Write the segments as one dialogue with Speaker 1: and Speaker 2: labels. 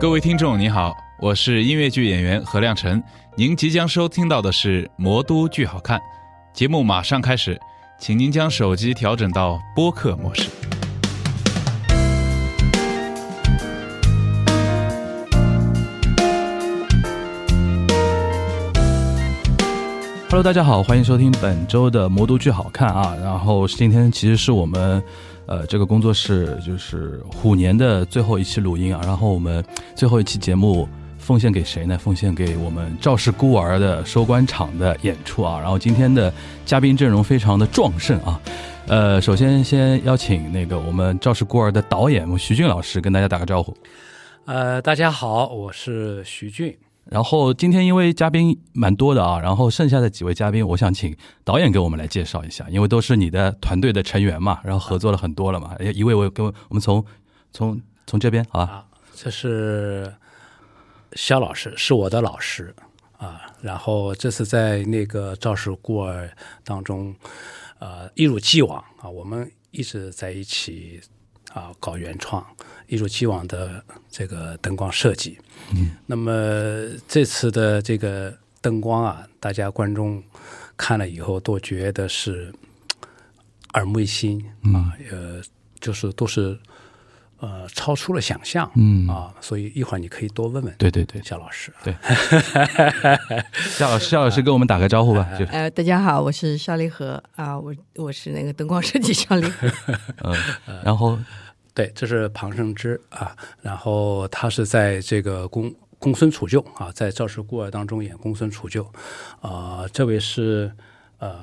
Speaker 1: 各位听众，你好，我是音乐剧演员何亮晨。您即将收听到的是《魔都剧好看》节目，马上开始，请您将手机调整到播客模式。
Speaker 2: Hello，大家好，欢迎收听本周的《魔都剧好看》啊。然后今天其实是我们，呃，这个工作室就是虎年的最后一期录音啊。然后我们最后一期节目奉献给谁呢？奉献给我们《赵氏孤儿》的收官场的演出啊。然后今天的嘉宾阵容非常的壮盛啊。呃，首先先邀请那个我们《赵氏孤儿》的导演徐俊老师跟大家打个招呼。
Speaker 3: 呃，大家好，我是徐俊。
Speaker 2: 然后今天因为嘉宾蛮多的啊，然后剩下的几位嘉宾，我想请导演给我们来介绍一下，因为都是你的团队的成员嘛，然后合作了很多了嘛。哎一位我跟我们从从从这边啊，
Speaker 3: 啊，这是肖老师，是我的老师啊。然后这次在那个《赵氏孤儿》当中，呃，一如既往啊，我们一直在一起啊搞原创，一如既往的这个灯光设计。嗯，那么这次的这个灯光啊，大家观众看了以后都觉得是耳目一新啊，呃，就是都是呃超出了想象，嗯啊，所以一会儿你可以多问问
Speaker 2: 对对对，
Speaker 3: 夏老师，
Speaker 2: 对夏老师夏老师跟我们打个招呼吧，就
Speaker 4: 呃，大家好，我是邵丽和啊，我我是那个灯光设计邵丽 和，
Speaker 2: 嗯，然后
Speaker 3: 对，这是庞胜之啊，然后他是在这个公公孙楚旧啊，在《赵氏孤儿》当中演公孙楚旧，啊、这位是呃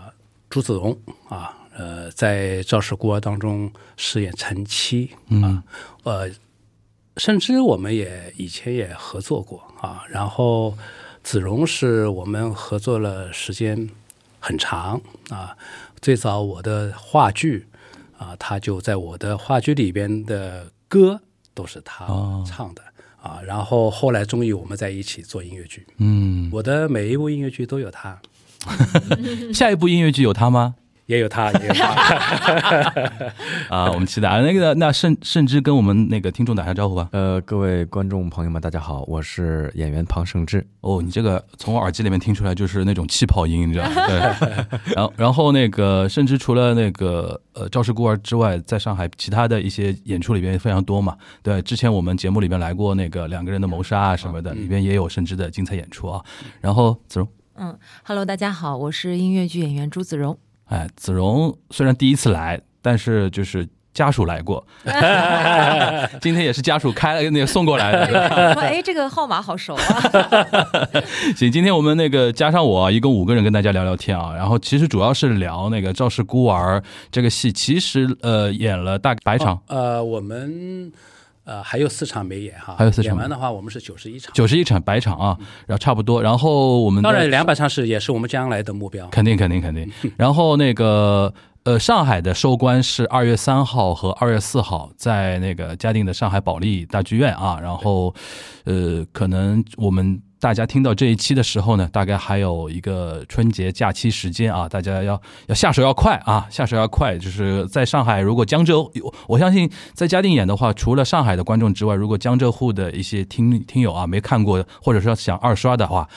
Speaker 3: 朱子龙啊，呃，在《赵氏孤儿》当中饰演陈七
Speaker 2: 嗯
Speaker 3: 啊，呃，甚至我们也以前也合作过啊，然后子荣是我们合作了时间很长啊，最早我的话剧啊，他就在我的话剧里边的歌都是他
Speaker 2: 哦
Speaker 3: 唱的、啊，然后后来终于我们在一起做音乐剧，
Speaker 2: 嗯，
Speaker 3: 我的每一部音乐剧都有他，
Speaker 2: 下一部音乐剧有他吗？
Speaker 3: 也有他，也 有他。
Speaker 2: 啊，我们期待啊。那个那甚甚至跟我们那个听众打下招呼吧。
Speaker 5: 呃，各位观众朋友们，大家好，我是演员庞胜志。
Speaker 2: 哦，你这个从我耳机里面听出来就是那种气泡音，你知道吗？对。然后，然后那个，甚至除了那个呃《赵氏孤儿》之外，在上海其他的一些演出里边也非常多嘛。对，之前我们节目里边来过那个两个人的谋杀啊什么的，里边也有甚至的精彩演出啊。然后子荣，
Speaker 6: 嗯，Hello，大家好，我是音乐剧演员朱子荣。
Speaker 2: 哎，子荣虽然第一次来，但是就是。家属来过，今天也是家属开那个送过来的，
Speaker 6: 说哎，这个号码好熟啊！
Speaker 2: 行，今天我们那个加上我啊，一共五个人跟大家聊聊天啊。然后其实主要是聊那个《赵氏孤儿》这个戏，其实呃演了大概百场，
Speaker 3: 呃，我们呃还有四场没演哈，
Speaker 2: 还有四场
Speaker 3: 演完的话，我们是九十一场。
Speaker 2: 九十一场百场啊，然后差不多。然后我们的
Speaker 3: 当然，两百场是也是我们将来的目标。
Speaker 2: 肯定肯定肯定。然后那个呃，上海的收官是二月三号和二月四号，在那个嘉定的上海保利大剧院啊。然后呃，可能我们。大家听到这一期的时候呢，大概还有一个春节假期时间啊，大家要要下手要快啊，下手要快。就是在上海，如果江浙，我我相信在嘉定演的话，除了上海的观众之外，如果江浙沪的一些听听友啊没看过，或者说想二刷的话，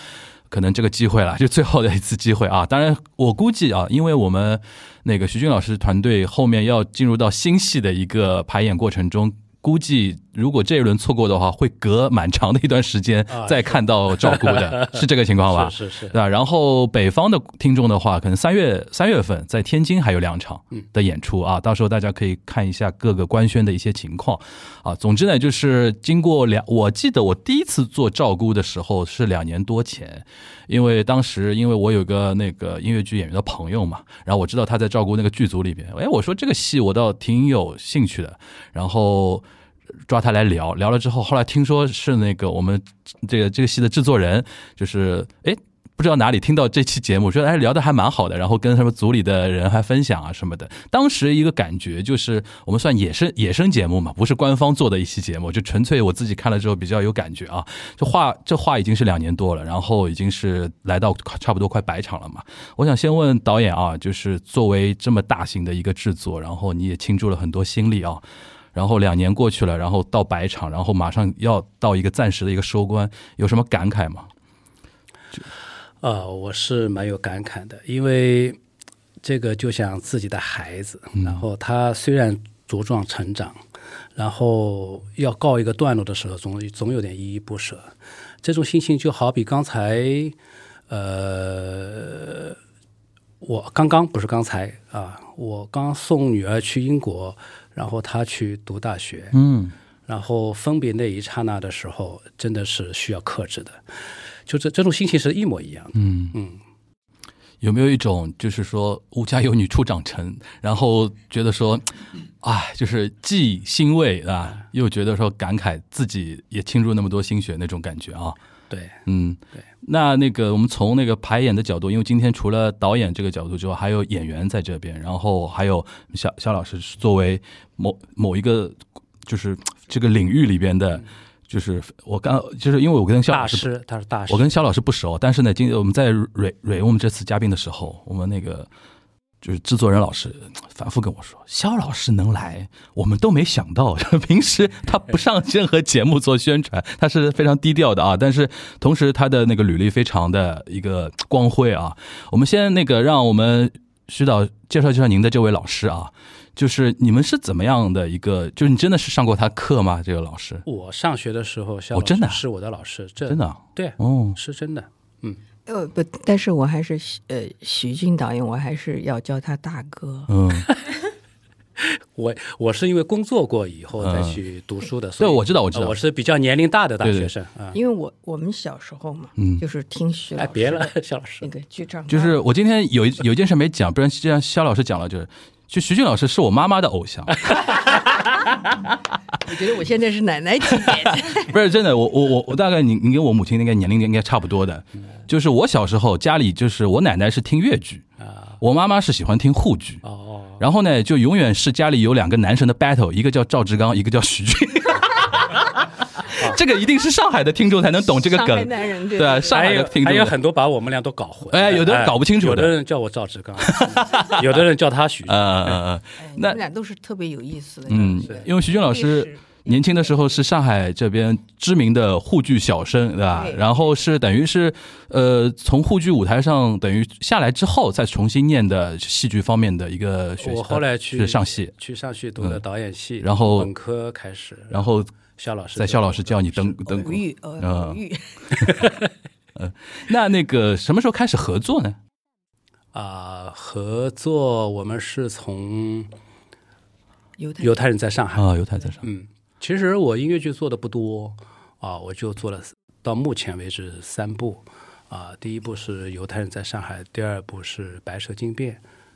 Speaker 2: 可能这个机会了，就最后的一次机会啊！当 然，我估计啊，因为我们那个徐军老师团队后面要进入到新戏的一个排演过程中，估计如果这一轮错过的话，会隔蛮长的一段时间
Speaker 3: 啊
Speaker 2: 再看到照顾的，是这个情况吧？
Speaker 3: 是是是
Speaker 2: 对吧？然后北方的听众的话，可能三月三月份在天津还有两场的演出啊，到时候大家可以看一下各个官宣的一些情况啊。总之呢，就是经过两，我记得我第一次做照顾的时候是两年多前，因为当时因为我有个那个音乐剧演员的朋友嘛，然后我知道他在照顾那个剧组里边，哎，我说这个戏我倒挺有兴趣的，然后。抓他来聊聊了之后，后来听说是那个我们这个这个戏的制作人，就是哎，不知道哪里听到这期节目，说哎聊得还蛮好的，然后跟什么组里的人还分享啊什么的。当时一个感觉就是，我们算野生野生节目嘛，不是官方做的一期节目，就纯粹我自己看了之后比较有感觉啊。这话这话已经是两年多了，然后已经是来到差不多快百场了嘛。我想先问导演啊，就是作为这么大型的一个制作，然后你也倾注了很多心力啊。然后两年过去了，然后到百场，然后马上要到一个暂时的一个收官，有什么感慨吗？
Speaker 3: 呃，我是蛮有感慨的，因为这个就像自己的孩子，然后他虽然茁壮成长，然后要告一个段落的时候，总总有点依依不舍。这种心情就好比刚才，呃，我刚刚不是刚才啊，我刚送女儿去英国，然后她去读大学，
Speaker 2: 嗯，
Speaker 3: 然后分别那一刹那的时候，真的是需要克制的，就这这种心情是一模一样的。
Speaker 2: 嗯
Speaker 3: 嗯，
Speaker 2: 有没有一种就是说“吾家有女初长成”，然后觉得说，哎，就是既欣慰
Speaker 3: 嗯
Speaker 2: 啊，又觉得说感慨自己也倾注那么多心血那种感觉啊？
Speaker 3: 对，
Speaker 2: 嗯，
Speaker 3: 对。
Speaker 2: 那那个我们从那个排演的角度，因为今天除了导演这个角度之后，还有演员在这边，然后还有肖肖老师作为某某一个就是这个领域里边的，
Speaker 3: 嗯
Speaker 2: 就是我刚就是因为我跟肖
Speaker 3: 大
Speaker 2: 老师
Speaker 3: 师他是大师，
Speaker 2: 我跟肖老师不熟，但是呢，今我们在蕊蕊我们这次嘉宾的时候，我们那个就是制作人老师呃反复跟我说，肖老师能来，我们都没想到。平时他不上任何节目做宣传，他是非常低调的啊，但是同时他的那个履历非常的一个光辉啊。我们先那个让我们徐导介绍介绍您的这位老师啊。就是你们是怎么样的一个？就是你真的是上过他课吗？这个老师
Speaker 3: 我上学的时候，肖
Speaker 2: 哦
Speaker 3: 老
Speaker 2: 真的
Speaker 3: 师
Speaker 2: 啊
Speaker 3: 是我的老师，这
Speaker 2: 真的啊
Speaker 3: 对，
Speaker 2: 哦，
Speaker 3: 是真的。
Speaker 4: 呃不，但是我还是徐呃徐静导演，我还是要叫他大哥。
Speaker 2: 嗯，
Speaker 3: 我我是因为工作过以后再去读书的，所
Speaker 2: 对，
Speaker 3: 以
Speaker 2: 我知道，我知
Speaker 3: 呃
Speaker 2: 道，
Speaker 3: 我是比较年龄大的大
Speaker 2: 对对
Speaker 3: 学生啊。
Speaker 4: 因为我我们小时候嘛，
Speaker 2: 嗯
Speaker 4: 就是听徐老
Speaker 3: 哎，
Speaker 4: 师
Speaker 3: 别了
Speaker 4: 的，
Speaker 3: 肖老师
Speaker 4: 那，个剧长大，
Speaker 2: 就是我今天有一有一件事没讲，不然既然肖老师讲了，就是就徐俊老师是我妈妈的偶像，
Speaker 4: 我觉得我现在是奶奶级 别的。
Speaker 2: 不是真的，我我我我大概你你跟我母亲应该年龄应该差不多的，就是我小时候家里就是我奶奶是听越剧，我妈妈是喜欢听沪剧，
Speaker 3: 啊哦，
Speaker 2: 然后呢就永远是家里有两个男神的 battle，一个叫赵志刚，一个叫徐俊。 这个一定是上海的听众才能懂这个
Speaker 4: 上海
Speaker 2: 梗，
Speaker 4: 男人对
Speaker 2: 对啊
Speaker 4: 对对
Speaker 2: 上
Speaker 3: 还
Speaker 2: 海的
Speaker 3: 有
Speaker 2: 听
Speaker 3: 还
Speaker 2: 众
Speaker 3: 有很多把我们俩都搞混，
Speaker 2: 哎有的人搞不清楚
Speaker 3: 有的
Speaker 2: 的
Speaker 3: 人叫我赵志刚，嗯有的人叫他许
Speaker 2: 呃呃呃，
Speaker 4: 哎
Speaker 2: 那
Speaker 4: 你们俩都是特别有意思的。
Speaker 2: 嗯，因为徐俊老师
Speaker 4: 历史
Speaker 2: 年轻的时候是上海这边知名的沪剧小生，对吧？
Speaker 4: 对
Speaker 2: 然后是等于是，呃，从沪剧舞台上等于下来之后，再重新念的戏剧方面的一个学习。呃
Speaker 3: 我后来去
Speaker 2: 是上戏，嗯
Speaker 3: 去上戏读的导演系，
Speaker 2: 然后
Speaker 3: 本科开始，
Speaker 2: 然后
Speaker 3: 肖老师
Speaker 2: 在肖老师叫你
Speaker 3: 登
Speaker 2: 登登
Speaker 4: 吴。玉，呃，
Speaker 2: 嗯
Speaker 4: 吴玉，
Speaker 2: 那那个什么时候开始合作呢？
Speaker 3: 啊合作，我们是从
Speaker 4: 犹太
Speaker 3: 犹太人在上海。
Speaker 2: 啊，犹太在上，
Speaker 3: 嗯，其实我音乐剧做的不多啊，我就做了到目前为止三部啊，第一部是《犹太人在上海》，第二部是《白蛇惊变》，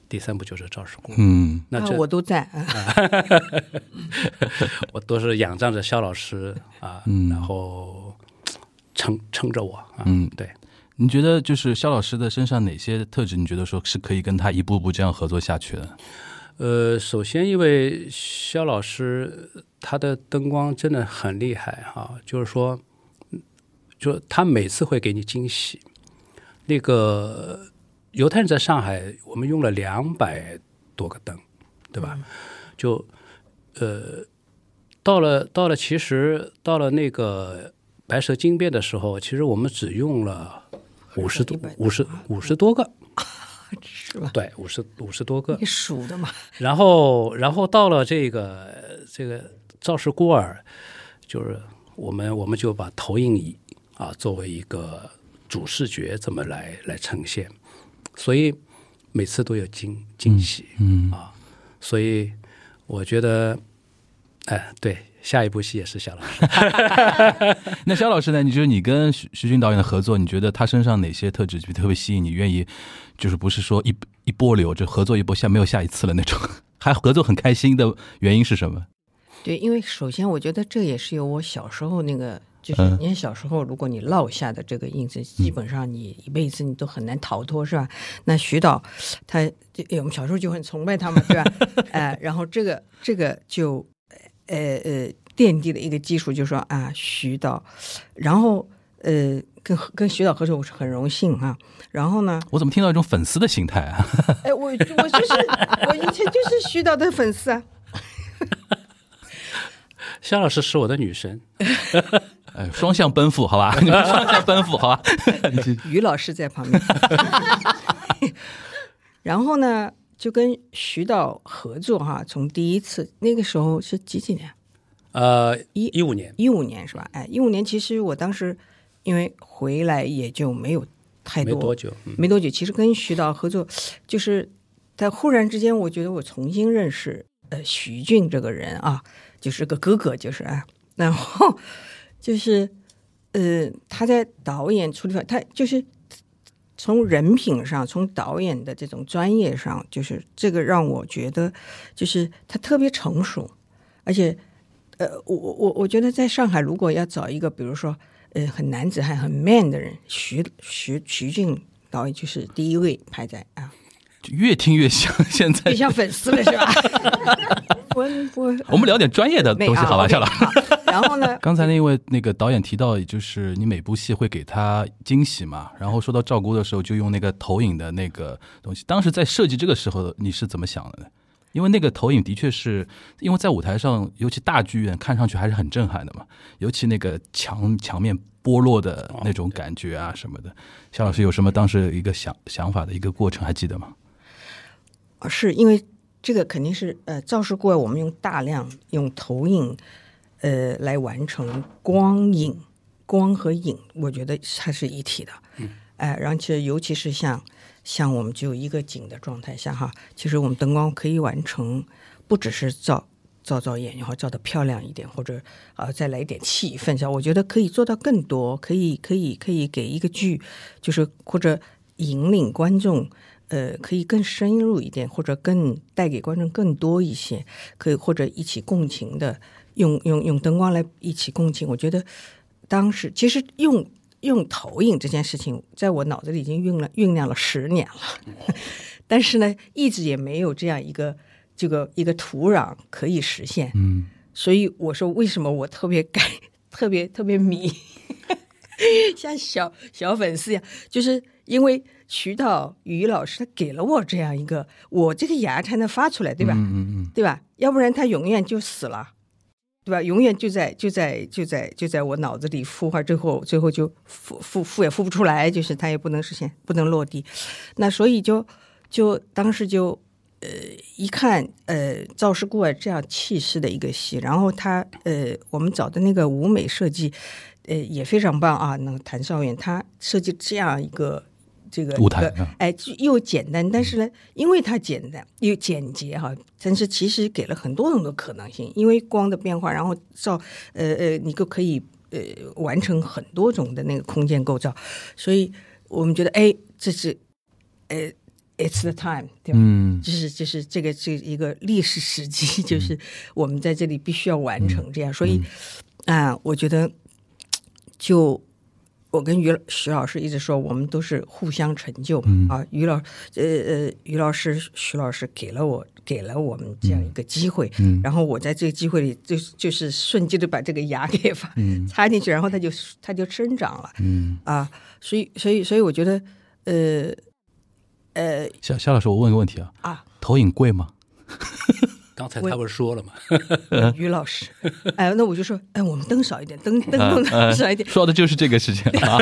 Speaker 3: 第三部就是《赵氏孤》。
Speaker 2: 嗯，
Speaker 3: 那
Speaker 4: 啊
Speaker 3: 这、
Speaker 4: 我都在啊。
Speaker 3: 我都是仰仗着肖老师啊，
Speaker 2: 嗯
Speaker 3: 然后撑撑着我啊，
Speaker 2: 嗯
Speaker 3: 对，
Speaker 2: 你觉得就是肖老师的身上哪些特质，你觉得说是可以跟他一步步这样合作下去的？
Speaker 3: 呃，首先因为肖老师他的灯光真的很厉害哈、就是说，就他每次会给你惊喜。那个犹太人在上海，我们用了两百多个灯，对 吧？就呃，到了到了，其实到了那个白蛇惊变的时候，其实我们只用了五十多
Speaker 4: 100
Speaker 3: 五十五十多个，
Speaker 4: 啊 是吧？
Speaker 3: 对，五十五十多个
Speaker 4: 你。数的嘛，
Speaker 3: 然后，然后到了这个呃这个赵氏孤儿，就是我们我们就把投影仪啊作为一个主视觉这么来来呈现，所以每次都有惊惊喜，
Speaker 2: 嗯
Speaker 3: 啊，所以我觉得，哎，对，下一部戏也是夏老师，
Speaker 2: 那肖老师呢？你觉得你跟徐徐军导演的合作，你觉得他身上哪些特质就特别吸引你？愿意就是不是说一一波流，就合作一波下没有下一次了那种， 还合作很开心的原因是什么？
Speaker 4: 对，因为首先我觉得这也是有我小时候那个，就是
Speaker 2: 嗯
Speaker 4: 你看小时候如果你落下的这个印子，基本上你一辈子你都很难逃脱，是吧？那徐导他就哎我们小时候就很崇拜他嘛，对吧？ 哎，然后这个这个就呃呃奠定了一个基础，就说啊徐导，然后呃跟跟徐导合作我是很荣幸啊，然后呢。
Speaker 2: 我怎么听到一种粉丝的心态啊？
Speaker 4: 哎，我我就是我以前就是徐导的粉丝啊。
Speaker 3: 夏老师是我的女神，
Speaker 2: 哎，双向奔赴，好吧， 你们双向奔赴，好吧。
Speaker 4: 于老师在旁边。然后呢，就跟徐导合作哈，从第一次那个时候是几几年？
Speaker 3: 呃，
Speaker 4: 一
Speaker 3: 一五年，
Speaker 4: 一五年是吧？哎，一五年其实我当时因为回来也就没有太
Speaker 3: 没
Speaker 4: 多，
Speaker 3: 多久，嗯
Speaker 4: 没多久，其实跟徐导合作，就是在忽然之间，我觉得我重新认识呃徐俊这个人啊，就是个哥哥，就是啊，然后就是呃他在导演处理方，他就是从人品上，从导演的这种专业上，就是这个让我觉得就是他特别成熟，而且呃，我我我我觉得在上海如果要找一个，比如说。呃，很男子汉、很 man 的人，徐徐徐俊导演就是第一位排在 啊，
Speaker 2: 越听越像，现在
Speaker 4: 变相粉丝了是 吧？我我
Speaker 2: 我们聊点专业的
Speaker 4: 没啊
Speaker 2: 东西，好吧，夏老师。
Speaker 4: 好然后呢，
Speaker 2: 刚才那位那个导演提到，就是你每部戏会给他惊喜嘛，然后说到照顾的时候，就用那个投影的那个东西。当时在设计这个时候，你是怎么想的呢？因为那个投影的确是因为在舞台上，尤其大剧院看上去还是很震撼的嘛，尤其那个墙墙面剥落的那种感觉啊什么的。夏老师有什么当时一个想想法的一个过程还记得吗？
Speaker 4: 是因为这个肯定是呃，照射过来，我们用大量用投影呃来完成光影，光和影，我觉得它是一体的。嗯，哎、然后其实尤其是像像我们只有一个景的状态下哈，其实我们灯光可以完成，不只是照。照照眼，然后照得漂亮一点，或者啊、呃再来一点气氛上，我觉得可以做到更多，可以可以可以给一个剧，就是或者引领观众，呃，可以更深入一点，或者更带给观众更多一些，可以或者一起共情的，用用用灯光来一起共情。我觉得当时其实用用投影这件事情，在我脑子里已经酝酿酝酿了十年了，但是呢，一直也没有这样一个这个一个土壤可以实现。
Speaker 2: 嗯，
Speaker 4: 所以我说为什么我特别感 特别特别迷， 像小小粉丝一样，就是因为徐导于老师他给了我这样一个，我这个芽才能发出来，对吧？
Speaker 2: 嗯嗯嗯，
Speaker 4: 对吧？要不然他永远就死了，对吧？永远就在就在就在就在我脑子里孵化，最后最后就孵孵孵也孵不出来，就是他也不能实现，不能落地。那所以就就当时就呃一看呃赵氏孤儿这样气势的一个戏，然后他呃我们找的那个舞美设计呃也非常棒啊，那个谭少远他设计这样一个。这个
Speaker 2: 舞台
Speaker 4: 一个
Speaker 2: 嗯
Speaker 4: 哎，就又简单，但是呢，因为它简单又简洁哈，但是其实给了很多很多可能性，因为光的变化，然后照呃呃，你就可以呃完成很多种的那个空间构造，所以我们觉得哎，这是呃，it's the time，对吧？
Speaker 2: 嗯
Speaker 4: 就是就是这个这一个历史时机，就是我们在这里必须要
Speaker 2: 嗯
Speaker 4: 完成这样，所以啊、我觉得就我跟于徐老师一直说，我们都是互相成就嘛、
Speaker 2: 嗯
Speaker 4: 啊。于老呃呃，于老师、徐老师给了我给了我们这样一个机会，
Speaker 2: 嗯
Speaker 4: 然后我在这个机会里就就是瞬间就把这个芽给发、插进去，然后它就它就生长了
Speaker 2: 嗯。
Speaker 4: 啊。所以所以所以我觉得呃呃
Speaker 2: 夏夏老师，我问个问题啊，
Speaker 4: 啊，
Speaker 2: 投影贵 吗？
Speaker 3: 刚才他不是说了吗？
Speaker 2: 呃
Speaker 4: 于老师，哎，那我就说，哎，我们灯少一点，灯灯弄
Speaker 2: 呃
Speaker 4: 得少一点，
Speaker 2: 说的就是这个事情啊。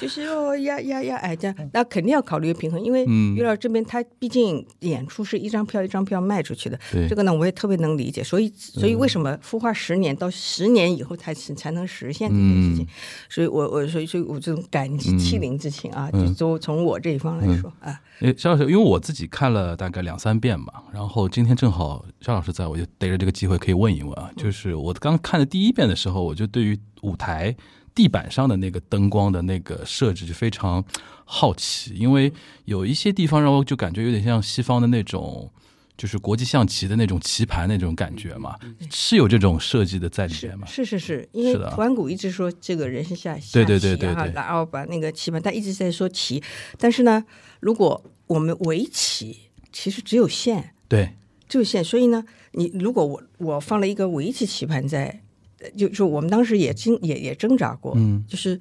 Speaker 4: 就是哦呀呀呀，哎，这样那肯定要考虑平衡，因为
Speaker 2: 嗯
Speaker 4: 于老师这边他毕竟演出是一张票一张票卖出去的，
Speaker 2: 对嗯
Speaker 4: 这个呢我也特别能理解，所以所以为什么孵化十年到十年以后才才能实现这件
Speaker 2: 嗯
Speaker 4: 事情，所以我我所以所以我这种感激涕零之情啊，
Speaker 2: 嗯
Speaker 4: 就就从我这一方来说啊，
Speaker 2: 诶肖老师，因为我自己看了大概两三遍吧，然后今天正好肖老师在，我就逮着这个机会可以问一问啊。就是我刚看的第一遍的时候，我就对于舞台地板上的那个灯光的那个设置就非常好奇，因为有一些地方让我就感觉有点像西方的那种。就是国际象棋的那种棋盘那种感觉嘛，是有这种设计的在里面嘛？
Speaker 4: 嗯是是是，因为
Speaker 2: 是的啊
Speaker 4: 图案谷一直说这个人是下下
Speaker 2: 对对对
Speaker 4: 棋啊
Speaker 2: 对对
Speaker 4: 然后把那个棋盘，他一直在说棋，但是呢，如果我们围棋其实只有线，
Speaker 2: 对，
Speaker 4: 只有线，所以呢，你如果我我放了一个围棋棋盘在，呃就就我们当时也经也也挣扎过，
Speaker 2: 嗯
Speaker 4: 就是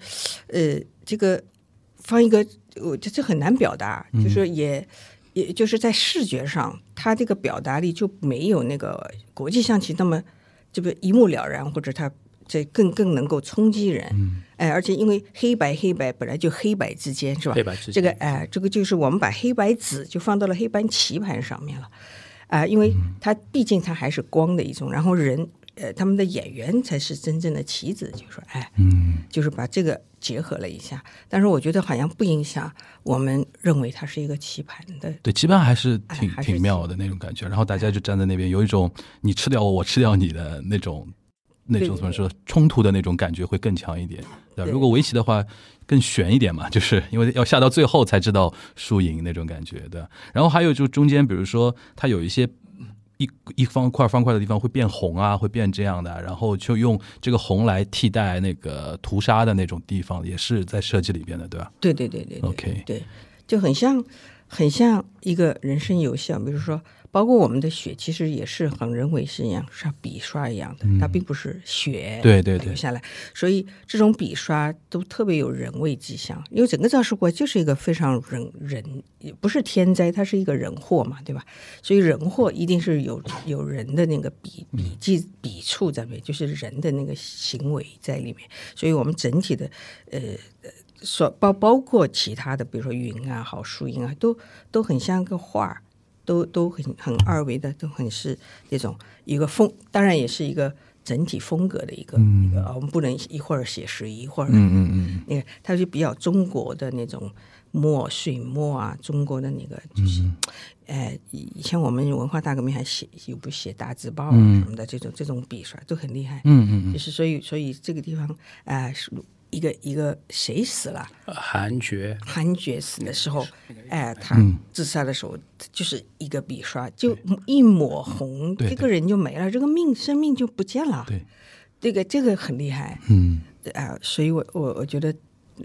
Speaker 4: 呃这个放一个，我这这很难表达，就是也。也就是在视觉上，它这个表达力就没有那个国际象棋那么，这个一目了然，或者他这更更能够冲击人。嗯，哎，而且因为黑白黑白本来就黑白之间是吧？
Speaker 3: 黑白之间
Speaker 4: 这个哎、这个就是我们把黑白子就放到了黑白棋盘上面了，啊、因为它毕竟它还是光的一种，然后人呃他们的演员才是真正的棋子，就说哎，
Speaker 2: 嗯，
Speaker 4: 就是把这个结合了一下，但是我觉得好像不影响我们认为它是一个棋盘的
Speaker 2: 对，棋盘还是挺
Speaker 4: 哎还是哎
Speaker 2: 挺妙的那种感觉。然后大家就站在那边，有一种你吃掉我，我吃掉你的那种那种
Speaker 4: 对
Speaker 2: 怎么说冲突的那种感觉会更强一点。对吧，
Speaker 4: 对
Speaker 2: 如果围棋的话更悬一点嘛， 就是因为要下到最后才知道输赢那种感觉对吧。然后还有就中间，比如说它有一些。一一方块方块的地方会变红啊，会变这样的，然后就用这个红来替代那个屠杀的那种地方，也是在设计里边的，对吧？
Speaker 4: 对对对对对
Speaker 2: OK
Speaker 4: 对，就很像很像一个人生游戏啊，比如说，包括我们的血，其实也是很人为是一样，像笔刷一样的，它并不是血
Speaker 2: 嗯对对对
Speaker 4: 留下来，所以这种笔刷都特别有人味迹象，因为整个肇事国就是一个非常人人也不是天灾，它是一个人祸嘛，对吧？所以人祸一定是
Speaker 2: 嗯
Speaker 4: 有有人的那个笔笔记笔触在里面，就是人的那个行为在里面，所以我们整体的呃。所包包括其他的，比如说云啊、好树荫啊，都都很像个画儿，都都很很二维的，都很是那种一个风，当然也是一个整体风格的一个、一个啊，我们不能一会儿写实，一会儿
Speaker 2: 嗯嗯嗯嗯，
Speaker 4: 那个它就比较中国的那种墨水墨啊，中国的那个就是，
Speaker 2: 嗯
Speaker 4: 呃，以以前我们文化大革命还写有不写大字报啊
Speaker 2: 嗯
Speaker 4: 什么的，这种这种笔刷都很厉害。嗯嗯，就是所以所以这个地方啊、呃是一个一个谁死了，
Speaker 3: 呃韩厥，
Speaker 4: 韩厥死的时候，哎，他
Speaker 2: 嗯
Speaker 4: 自杀的时候就是一个笔刷，就一抹红，
Speaker 2: 对
Speaker 4: 这个人就没了，这个命生命就不见了。
Speaker 2: 对，
Speaker 4: 这个这个很厉害。
Speaker 2: 嗯，
Speaker 4: 啊，所以我我我觉得，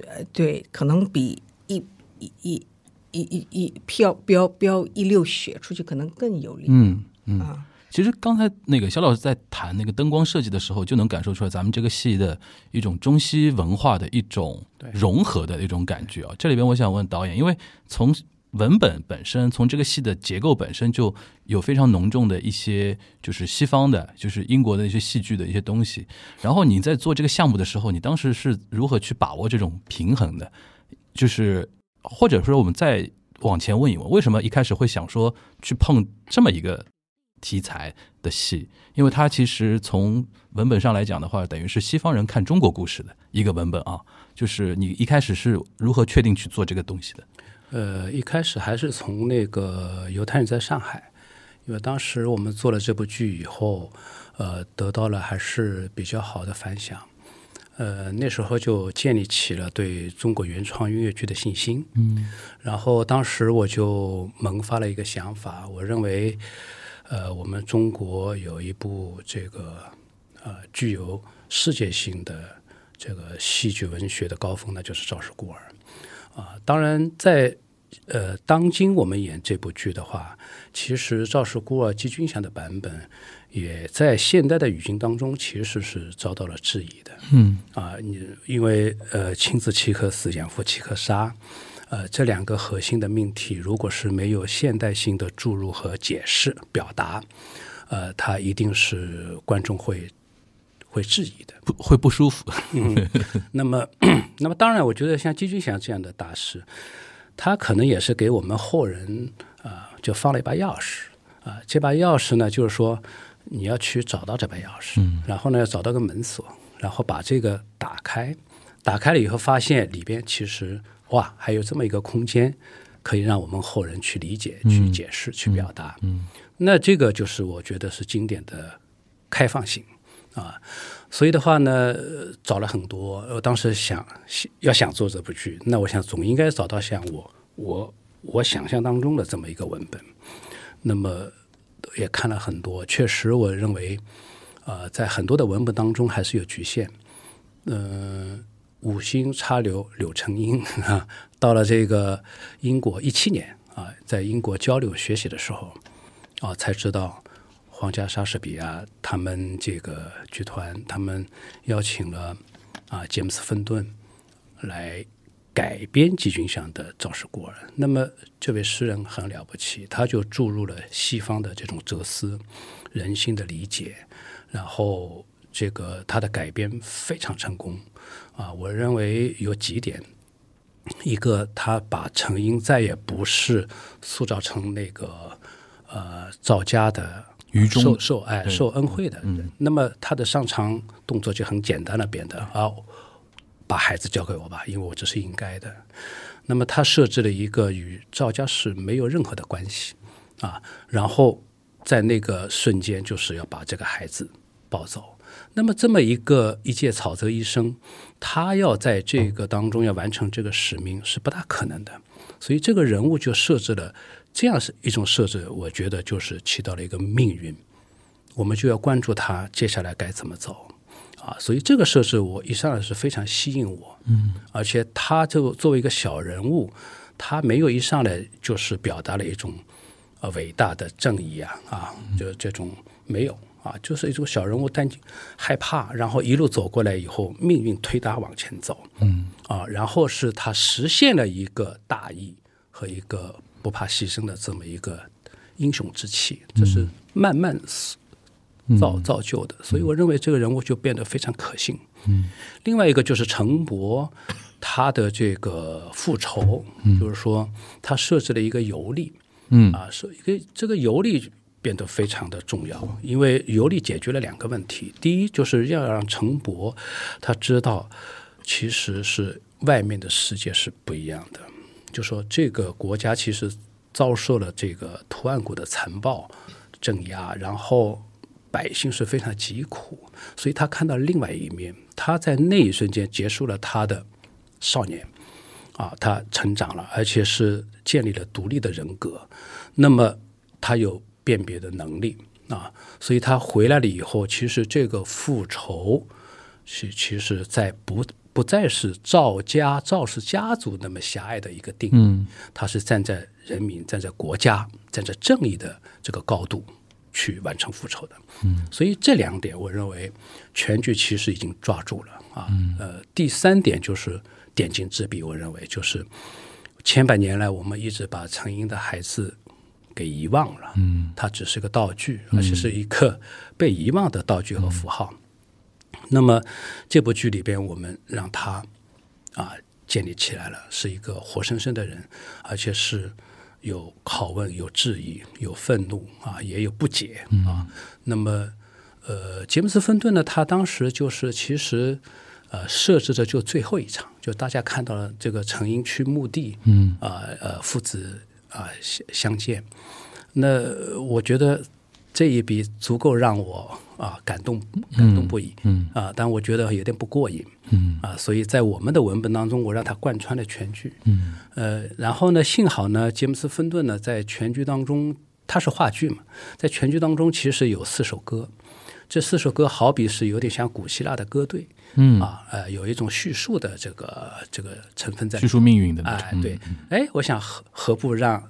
Speaker 4: 呃，对，可能比一一一一一一飘飙飙一溜雪出去可能更有力。
Speaker 2: 嗯嗯
Speaker 4: 啊，
Speaker 2: 其实刚才那个肖老师在谈那个灯光设计的时候，就能感受出来咱们这个戏的一种中西文化的一种融合的一种感觉啊。这里边我想问导演，因为从文本本身，从这个戏的结构本身就有非常浓重的一些就是西方的，就是英国的一些戏剧的一些东西。然后你在做这个项目的时候，你当时是如何去把握这种平衡的？就是或者说我们再往前问一问，为什么一开始会想说去碰这么一个题材的戏？因为它其实从文本上来讲的话，等于是西方人看中国故事的一个文本啊。就是你一开始是如何确定去做这个东西的？
Speaker 3: 呃，一开始还是从那个犹太人在上海，因为当时我们做了这部剧以后，呃，得到了还是比较好的反响。呃，那时候就建立起了对中国原创音乐剧的信心。嗯，然后当时我就萌发了一个想法，我认为，呃，我们中国有一部这个呃具有世界性的这个戏剧文学的高峰，那就是《赵氏孤儿》。啊，当然在呃当今我们演这部剧的话，其实《赵氏孤儿》季军祥的版本也在现代的语境当中其实是遭到了质疑的。嗯啊，你因为呃亲自七颗死，养父七颗杀。呃，这两个核心的命题，如果是没有现代性的注入和解释表达，呃，它一定是观众会会质疑的。
Speaker 2: 不会不舒服。
Speaker 3: 那么， 那么当然，我觉得像季军祥这样的大师，他可能也是给我们后人啊、就放了一把钥匙啊、这把钥匙呢，就是说你要去找到这把钥匙，然后呢，要找到个门锁，然后把这个打开，打开了以后发现里边其实哇，还有这么一个空间，可以让我们后人去理解、去解释、去表达。嗯，那这个就是我觉得是经典的开放性。啊，所以的话呢，呃找了很多。我当时想想要想做这部剧，那我想总应该找到像我我我想象当中的这么一个文本。那么也看了很多，确实我认为，呃，在很多的文本当中还是有局限。嗯、五星插柳柳成荫 啊，到了这个英国一七年啊，在英国交流学习的时候啊，才知道皇家莎士比亚他们这个剧团，他们邀请了啊詹姆斯芬顿来改编季军祥的《赵氏孤儿》。那么这位诗人很了不起，他就注入了西方的这种哲思、人性的理解，然后这个他的改编非常成功啊，我认为有几点。一个，他把成因再也不是塑造成那个呃赵家的
Speaker 2: 愚忠
Speaker 3: 受受哎受恩惠的人，那么他的上场动作就很简单了，变得啊，把孩子交给我吧，因为我这是应该的。那么他设置了一个与赵家是没有任何的关系啊，然后在那个瞬间就是要把这个孩子抱走。那么这么一个一介草泽医生，他要在这个当中要完成这个使命是不大可能的，所以这个人物就设置了这样是一种设置，我觉得就是起到了一个命运，我们就要关注他接下来该怎么走啊，所以这个设置我一上来是非常吸引我，嗯，而且他就作为一个小人物，他没有一上来就是表达了一种呃伟大的正义啊啊，就这种没有。啊，就是一种小人物担惊害怕，然后一路走过来以后，命运推他往前走。嗯，啊，然后是他实现了一个大义和一个不怕牺牲的这么一个英雄之气，这是慢慢造造就的。所以我认为这个人物就变得非常可信。嗯，另外一个就是陈伯他的这个复仇，就是说他设置了一个游历。嗯，啊，是一个这个游历。变得非常的重要，因为游历解决了两个问题。第一，就是要让陈伯他知道，其实是外面的世界是不一样的。就说这个国家其实遭受了这个图案国的残暴镇压，然后百姓是非常疾苦，所以他看到另外一面。他在那一瞬间结束了他的少年，啊，他成长了，而且是建立了独立的人格。那么他有。辨别的能力啊，所以他回来了以后，其实这个复仇是其实在不不再是赵家赵氏家族那么狭隘的一个定义，他是站在人民、站在国家、站在正义的这个高度去完成复仇的。嗯，所以这两点，我认为全剧其实已经抓住了啊。呃，第三点就是点睛之笔，我认为就是千百年来我们一直把成因的孩子。给遗忘了，嗯，它只是个道具，而且是一个被遗忘的道具和符号。那么这部剧里边，我们让他啊建立起来了，是一个活生生的人，而且是有拷问、有质疑、有愤怒啊，也有不解啊。那么呃，杰姆斯·芬顿呢，他当时就是其实。呃，设置的就最后一场，就大家看到了这个成因去墓地，嗯，啊呃父子啊相相见。那我觉得这一笔足够让我啊感动感动不已，嗯啊，但我觉得有点不过瘾，嗯啊，所以在我们的文本当中，我让它贯穿了全剧，嗯呃，然后呢，幸好呢，杰姆斯·芬顿呢在全剧当中，他是话剧嘛，在全剧当中其实有四首歌，这四首歌好比是有点像古希腊的歌队，嗯啊呃，有一种叙述的这个这个成分在里
Speaker 2: 叙
Speaker 3: 面
Speaker 2: 述命运的那
Speaker 3: 哎，
Speaker 2: 种，嗯
Speaker 3: 对，哎，我想何何不让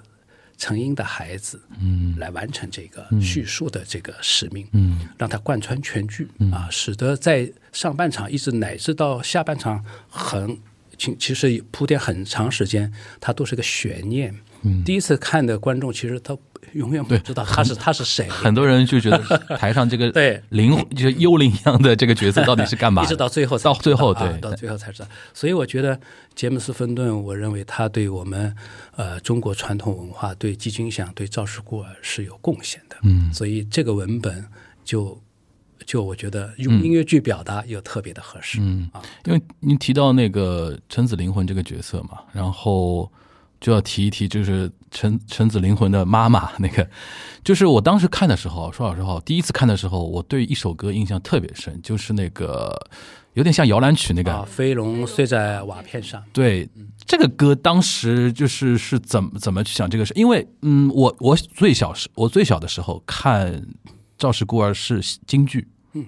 Speaker 3: 成英的孩子，嗯，来完成这个叙述的这个使命，嗯，让他贯穿全剧、
Speaker 2: 嗯
Speaker 3: 啊，使得在上半场一直乃至到下半场很，其其实铺垫很长时间，它都是个悬念。嗯，第一次看的观众其实他永远不知道他是他是谁，
Speaker 2: 很多人就觉得台上这个
Speaker 3: 对
Speaker 2: 灵魂就是幽灵一样的这个角色到底是干嘛
Speaker 3: 一
Speaker 2: 的？
Speaker 3: 直到最后才
Speaker 2: 到
Speaker 3: 知道
Speaker 2: 最后
Speaker 3: 啊
Speaker 2: 对
Speaker 3: 到最后才知道。所以我觉得杰姆斯·芬顿，我认为他对我们呃中国传统文化、对季军响、对赵氏孤儿是有贡献的。嗯，所以这个文本就就我觉得
Speaker 2: 嗯
Speaker 3: 用音乐剧表达又特别的合适。嗯啊，
Speaker 2: 因为您提到那个陈子灵魂这个角色嘛，然后就要提一提，就是陈陈子灵魂的妈妈那个，就是我当时看的时候，说老实话，第一次看的时候，我对一首歌印象特别深，就是那个有点像摇篮曲那个，
Speaker 3: 啊，飞龙睡在瓦片上。
Speaker 2: 对，这个歌当时就是是怎么怎么去想这个事？因为嗯，我我最小时我最小的时候看《赵氏孤儿》是京剧，嗯，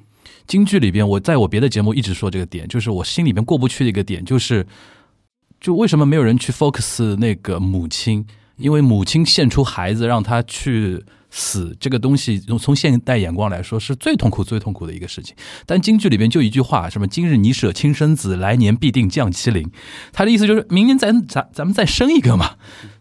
Speaker 2: 京剧里边我在我别的节目一直说这个点，就是我心里面过不去的一个点，就是就为什么没有人去 focus 那个母亲？因为母亲献出孩子让他去死，这个东西从从现代眼光来说是最痛苦、最痛苦的一个事情。但京剧里边就一句话，什么“今日你舍亲生子，来年必定降麒麟”，他的意思就是明年咱咱咱们再生一个嘛，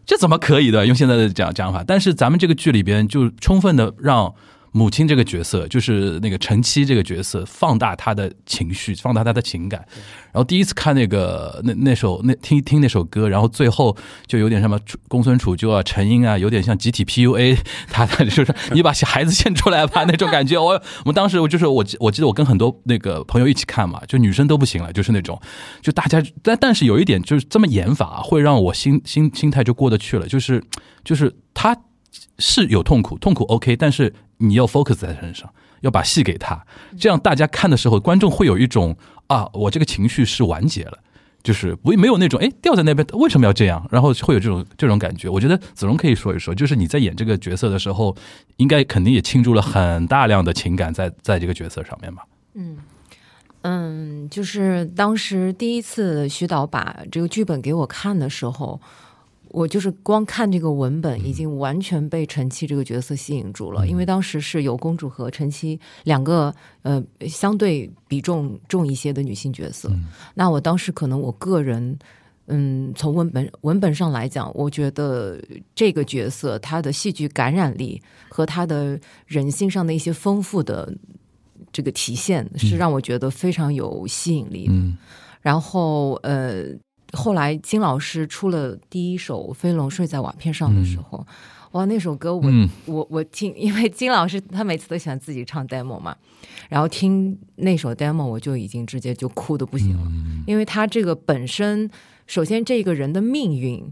Speaker 2: 这怎么可以的？用现在的讲讲法，但是咱们这个剧里边就充分的让。母亲这个角色，就是那个陈七这个角色，放大她的情绪，放大她的情感。然后第一次看那个那那首那听听那首歌，然后最后就有点什么楚公孙楚就啊、陈英啊，有点像集体 PUA，他 他就是你把孩子献出来吧那种感觉。我我们当时我就是我记我记得我跟很多那个朋友一起看嘛，就女生都不行了，就是那种就大家但但是有一点就是这么演法会让我心心心态就过得去了，就是就是他是有痛苦，痛苦 OK，但是你要 focus 在他身上，要把戏给他，这样大家看的时候，观众会有一种啊，我这个情绪是完结了。就是不没有那种哎掉在那边为什么要这样，然后会有这种这种感觉。我觉得子荣可以说一说，就是你在演这个角色的时候，应该肯定也倾注了很大量的情感在在这个角色上面吧？
Speaker 6: 嗯嗯，就是当时第一次徐导把这个剧本给我看的时候，我就是光看这个文本，已经完全被陈七这个角色吸引住了。因为当时是有公主和陈七两个呃相对比重重一些的女性角色，那我当时可能我个人。嗯，从文本文本上来讲，我觉得这个角色她的戏剧感染力和她的人性上的一些丰富的这个体现，是让我觉得非常有吸引力的。
Speaker 2: 嗯
Speaker 6: 然后呃，后来金老师出了第一首《飞龙睡在瓦片上》的时候，哇，那首歌我、
Speaker 2: 嗯
Speaker 6: 我我听，因为金老师他每次都喜欢自己唱 demo 嘛，然后听那首 demo 我就已经直接就哭的不行了，因为他这个本身，首先这个人的命运，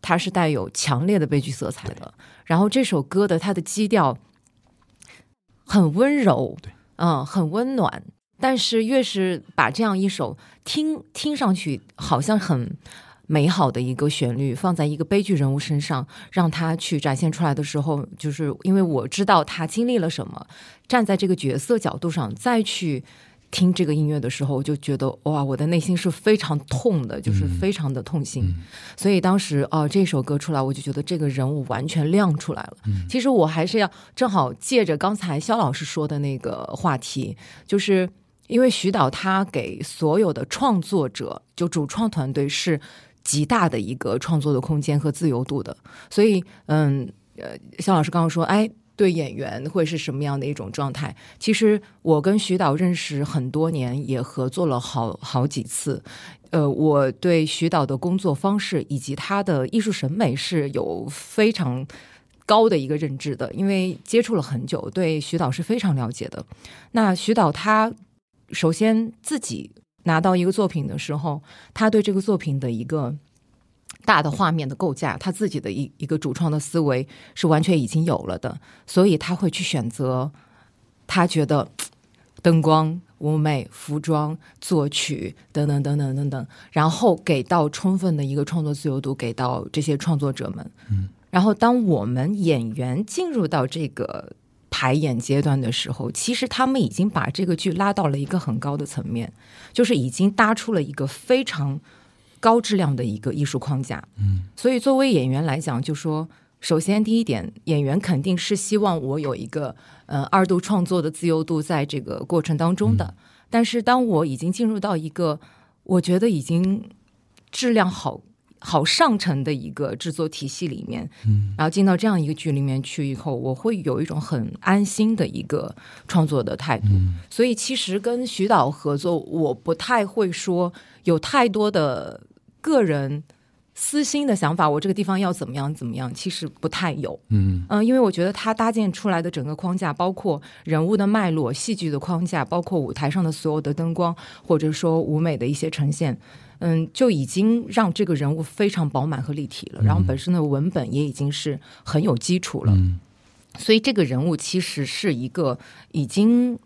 Speaker 6: 它是带有强烈的悲剧色彩的，然后这首歌的它的基调很温柔，嗯，很温暖。但是越是把这样一首听听上去好像很美好的一个旋律放在一个悲剧人物身上，让他去展现出来的时候，就是因为我知道他经历了什么，站在这个角色角度上再去听这个音乐的时候，我就觉得哇，我的内心是非常痛的，就是非常的痛心。所以当时哦、这首歌出来，我就觉得这个人物完全亮出来了。其实我还是要正好借着刚才肖老师说的那个话题，就是因为徐导他给所有的创作者，就主创团队是极大的一个创作的空间和自由度的，所以嗯呃，肖老师刚刚说，哎。对演员会是什么样的一种状态？其实我跟徐导认识很多年，也合作了好好几次。呃，我对徐导的工作方式以及他的艺术审美是有非常高的一个认知的，因为接触了很久，对徐导是非常了解的。那徐导他首先自己拿到一个作品的时候，他对这个作品的一个大的画面的构架，他自己的一一个主创的思维是完全已经有了的，所以他会去选择他觉得嘖灯光、舞美、服装、作曲等等等等等等，然后给到充分的一个创作自由度给到这些创作者们。然后，当我们演员进入到这个排演阶段的时候，其实他们已经把这个剧拉到了一个很高的层面，就是已经搭出了一个非常高质量的一个艺术框架。嗯，所以作为演员来讲，就说。首先，第一点，演员肯定是希望我有一个呃二度创作的自由度在这个过程当中的。但是，当我已经进入到一个我觉得已经质量好好上乘的一个制作体系里面，然后进到这样一个剧里面去以后，我会有一种很安心的一个创作的态度。所以其实跟徐导合作，我不太会说有太多的个人私心的想法，我这个地方要怎么样怎么样，其实不太有。
Speaker 2: 嗯
Speaker 6: 嗯，因为我觉得他搭建出来的整个框架，包括人物的脉络、戏剧的框架，包括舞台上的所有的灯光，或者说舞美的一些呈现，嗯，就已经让这个人物非常饱满和立体
Speaker 2: 嗯
Speaker 6: 了。然后本身的文本也已经是很有基础了，
Speaker 2: 嗯
Speaker 6: 所以这个人物其实是一个已经。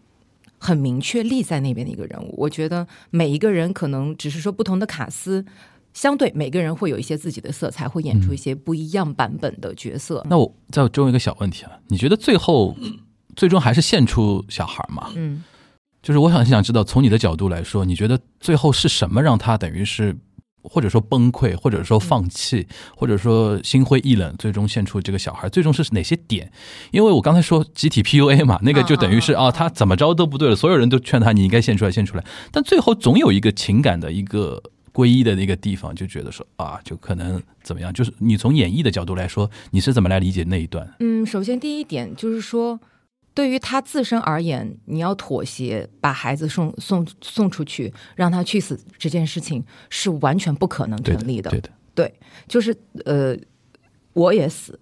Speaker 6: 很明确立在那边的一个人物，我觉得每一个人可能只是说不同的卡司，相对每个人会有一些自己的色彩，会
Speaker 2: 嗯
Speaker 6: 演出一些不一样版本的角色。
Speaker 2: 那我再问一个小问题啊，你觉得最后最终还是献出小孩吗？
Speaker 6: 嗯，
Speaker 2: 就是我想想知道，从你的角度来说，你觉得最后是什么让他等于是，或者说崩溃，或者说放弃，
Speaker 6: 嗯
Speaker 2: 或者说心灰意冷，最终献出这个小孩，最终是哪些点？因为我刚才说集体 PUA 嘛，那个就等于是
Speaker 6: 嗯嗯嗯
Speaker 2: 啊，他怎么着都不对了，所有人都劝他你应该献出来，献出来，但最后总有一个情感的一个。皈依的那个地方，就觉得说啊，就可能怎么样？就是你从演绎的角度来说，你是怎么来理解那一段？
Speaker 6: 嗯，首先第一点就是说，对于他自身而言，你要妥协，把孩子送送送出去，让他去死这件事情是完全不可能
Speaker 2: 对
Speaker 6: 成立的。
Speaker 2: 对的，
Speaker 6: 对，就是呃，我也死，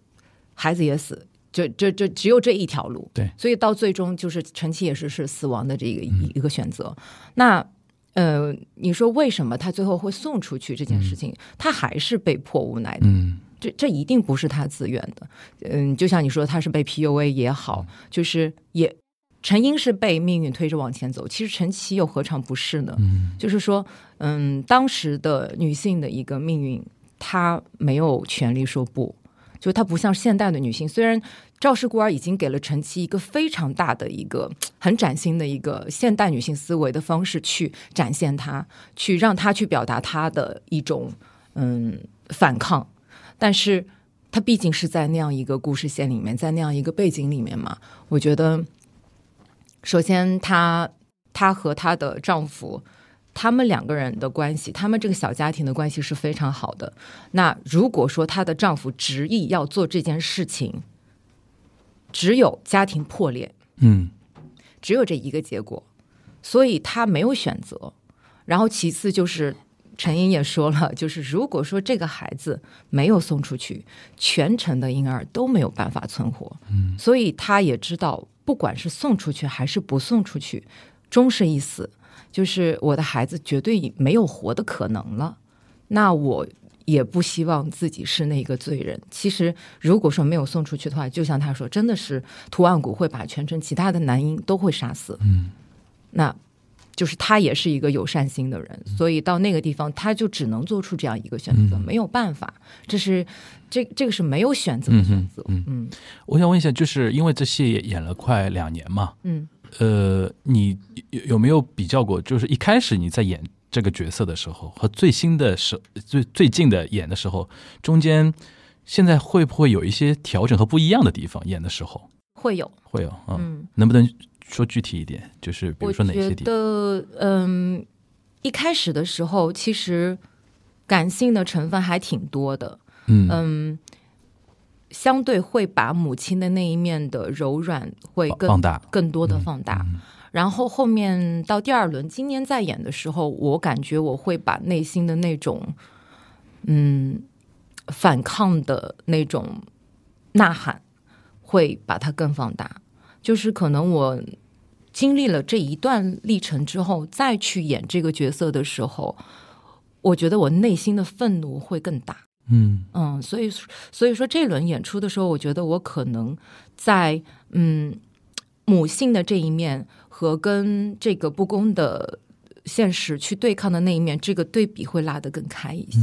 Speaker 6: 孩子也死，这这这只有这一条路。
Speaker 2: 对
Speaker 6: 所以到最终就是陈琦也是是死亡的这个一、
Speaker 2: 嗯
Speaker 6: 一个选择。那呃，你说为什么他最后会送出去这件事情，他还是被迫无奈的。
Speaker 2: 嗯，
Speaker 6: 这这一定不是他自愿的。嗯，就像你说，他是被 PUA 也好，
Speaker 2: 嗯
Speaker 6: 就是也陈英是被命运推着往前走，其实陈琦又何尝不是呢？
Speaker 2: 嗯，
Speaker 6: 就是说，嗯，当时的女性的一个命运，她没有权利说不。就她不像现代的女性，虽然赵氏孤儿已经给了陈琦一个非常大的一个很崭新的一个现代女性思维的方式去展现她，去让她去表达她的一种嗯反抗，但是她毕竟是在那样一个故事线里面，在那样一个背景里面嘛，我觉得首先她她和她的丈夫。他们两个人的关系，他们这个小家庭的关系是非常好的。那如果说她的丈夫执意要做这件事情，只有家庭破裂，
Speaker 2: 嗯，
Speaker 6: 只有这一个结果，所以她没有选择。然后其次就是陈英也说了， 就是如果说这个孩子没有送出去，全城的婴儿都没有办法存活。嗯，所以她也知道，不管是送出去还是不送出去，终是一死。就是我的孩子绝对没有活的可能了。那我也不希望自己是那个罪人。其实，如果说没有送出去的话，就像他说，真的是图案谷会把全城其他的男婴都会杀死。嗯，那就是他也是一个有善心的人，所以到那个地方，他就只能做出这样一个选择，没有办法。这是这这个是没有选择的选择。嗯嗯
Speaker 2: 我想问一下，就是因为这戏也演了快两年嘛，
Speaker 6: 嗯
Speaker 2: 呃，你有有没有比较过？就是一开始你在演这个角色的时候，和最新的时最最近的演的时候，中间现在会不会有一些调整和不一样的地方？演的时候
Speaker 6: 会有。
Speaker 2: 会有啊、
Speaker 6: 嗯，
Speaker 2: 能不能说具体一点？就是比
Speaker 6: 我
Speaker 2: 如说哪些
Speaker 6: 觉
Speaker 2: 地方？
Speaker 6: 得，嗯，一开始的时候，其实感性的成分还挺多的。
Speaker 2: 嗯
Speaker 6: 嗯，相对会把母亲的那一面的柔软会
Speaker 2: 放
Speaker 6: 更
Speaker 2: 放大
Speaker 6: 更多的放大。然后后面到第二轮，今年再演的时候，我感觉我会把内心的那种，嗯，反抗的那种呐喊，会把它更放大。就是可能我经历了这一段历程之后，再去演这个角色的时候，我觉得我内心的愤怒会更大。
Speaker 2: 嗯
Speaker 6: 嗯，所以所以说这轮演出的时候，我觉得我可能在嗯母性的这一面和跟这个不公的现实去对抗的那一面，这个对比会拉得更开一些。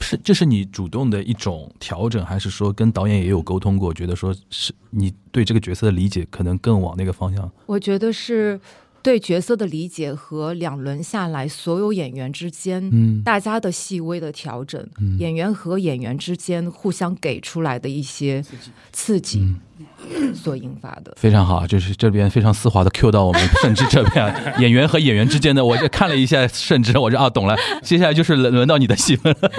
Speaker 2: 是这是你主动的一种调整，还是说跟导演也有沟通过？觉得说是你对这个角色的理解可能更往那个方向？
Speaker 6: 我觉得是对角色的理解和两轮下来所有演员之间，
Speaker 2: 嗯
Speaker 6: 大家的细微的调整，演员和演员之间互相给出来的一些刺激所引发的。
Speaker 2: 非常好，就是这边非常丝滑的 Q 到我们甚至这边演员和演员之间的，我这看了一下，甚至我这啊懂了，接下来就是轮轮到你的戏份了，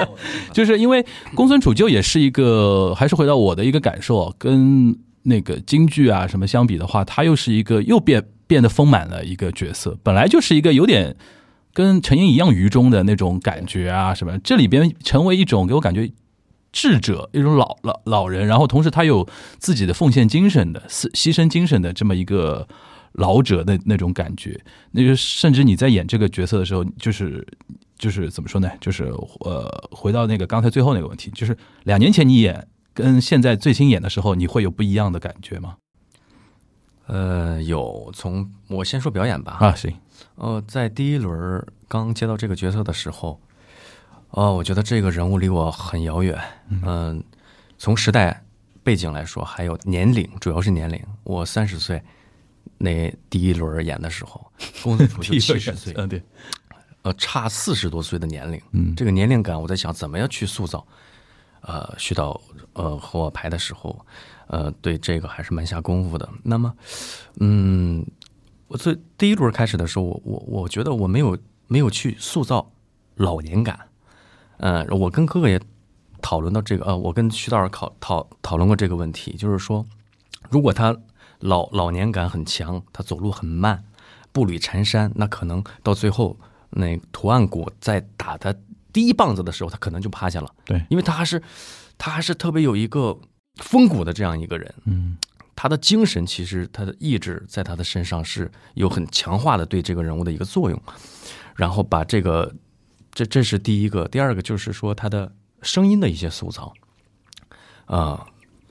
Speaker 2: 就是因为公孙楚就也是一个，还是回到我的一个感受，跟那个京剧啊什么相比的话，他又是一个又变变得丰满了一个角色，本来就是一个有点跟陈英一样愚忠的那种感觉啊什么，这里边成为一种给我感觉智者，一种老老老人，然后同时他有自己的奉献精神的、牺牺牲精神的这么一个老者的那种感觉。那就甚至你在演这个角色的时候，就是就是怎么说呢？就是呃，回到那个刚才最后那个问题，就是两年前你演跟现在最新演的时候，你会有不一样的感觉吗？
Speaker 5: 呃，有从我先说表演吧。
Speaker 2: 啊， 行，
Speaker 5: 呃，在第一轮儿刚接到这个角色的时候，哦、我觉得这个人物离我很遥远。嗯、从时代背景来说，还有年龄，主要是年龄。我三十岁，那第一轮儿演的时候，公司 就七十岁，
Speaker 2: 嗯，对，
Speaker 5: 呃，差四十多岁的年龄，嗯，这个年龄感，我在想怎么样去塑造。呃，徐导，呃，和我排的时候，呃，对这个还是蛮下功夫的。那么，嗯，我最第一轮开始的时候，我我我觉得我没有没有去塑造老年感。呃，我跟哥哥也讨论到这个，呃，我跟徐导讨讨讨论过这个问题，就是说，如果他老老年感很强，他走路很慢，步履蹒跚，那可能到最后那图案谷在打他第一棒子的时候，他可能就趴下了。
Speaker 2: 对
Speaker 5: 因为他还是他还是特别有一个风骨的这样一个人，
Speaker 2: 嗯，
Speaker 5: 他的精神其实他的意志在他的身上是有很强化的对这个人物的一个作用，然后把这个这这是第一个，第二个就是说他的声音的一些塑造，啊、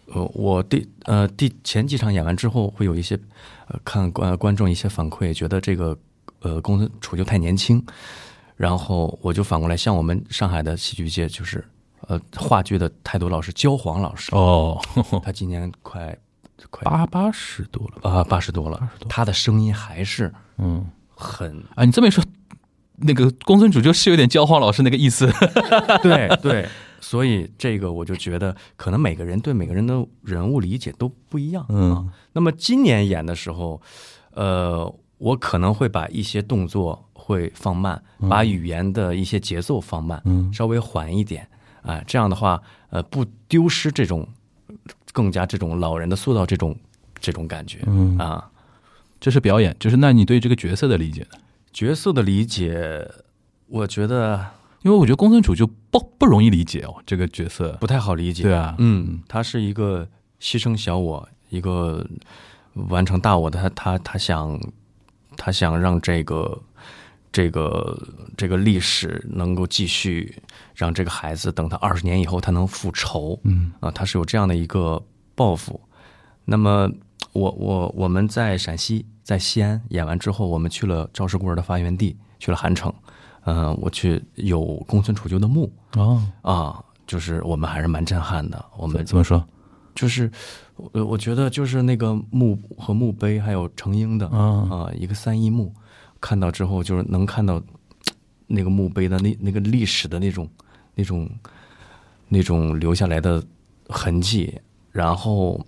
Speaker 5: 呃，我第呃第前几场演完之后会有一些呃看观观众一些反馈，觉得这个呃公孙楚就太年轻，然后我就反过来向我们上海的戏剧界就是。呃，话剧的太多老师焦黄老师，
Speaker 2: 哦，
Speaker 5: 他今年快快
Speaker 2: 啊八八十多了吧？
Speaker 5: 啊八十多了，他的声音还是
Speaker 2: 嗯，
Speaker 5: 很
Speaker 2: 啊，你这么一说，那个公孙主就是有点教化老师那个意思。
Speaker 5: 对对， 所以这个我就觉得可能每个人对每个人的人物理解都不一样。啊
Speaker 2: 嗯
Speaker 5: 那么今年演的时候，呃，我可能会把一些动作会放慢，把语言的一些节奏放慢，
Speaker 2: 嗯
Speaker 5: 稍微缓一点啊、这样的话，呃，不丢失这种更加这种老人的塑造这种这种感觉
Speaker 2: 嗯，
Speaker 5: 啊。
Speaker 2: 这是表演，就是那你对这个角色的理解呢？
Speaker 5: 角色的理解，我觉得
Speaker 2: 因为我觉得公孙主就不不容易理解哦，这个角色。
Speaker 5: 不太好理解。
Speaker 2: 对啊，
Speaker 5: 嗯，他是一个牺牲小我，一个完成大我的他，他他想他想让这个这个这个历史能够继续，让这个孩子等他二十年以后他能复仇。
Speaker 2: 嗯
Speaker 5: 啊，他是有这样的一个抱负。那么我我我们在陕西，在西安演完之后，我们去了赵氏孤儿的发源地，去了韩城。嗯、我去有公孙楚旧的墓
Speaker 2: 哦，
Speaker 5: 啊，就是我们还是蛮震撼的。我们
Speaker 2: 怎怎么说？
Speaker 5: 就是呃我我觉得就是那个墓和墓碑，还有成英的啊、
Speaker 2: 啊，
Speaker 5: 一个三一墓，看到之后就是能看到嘖那个墓碑的那那个历史的那种那种那种留下来的痕迹，然后嘖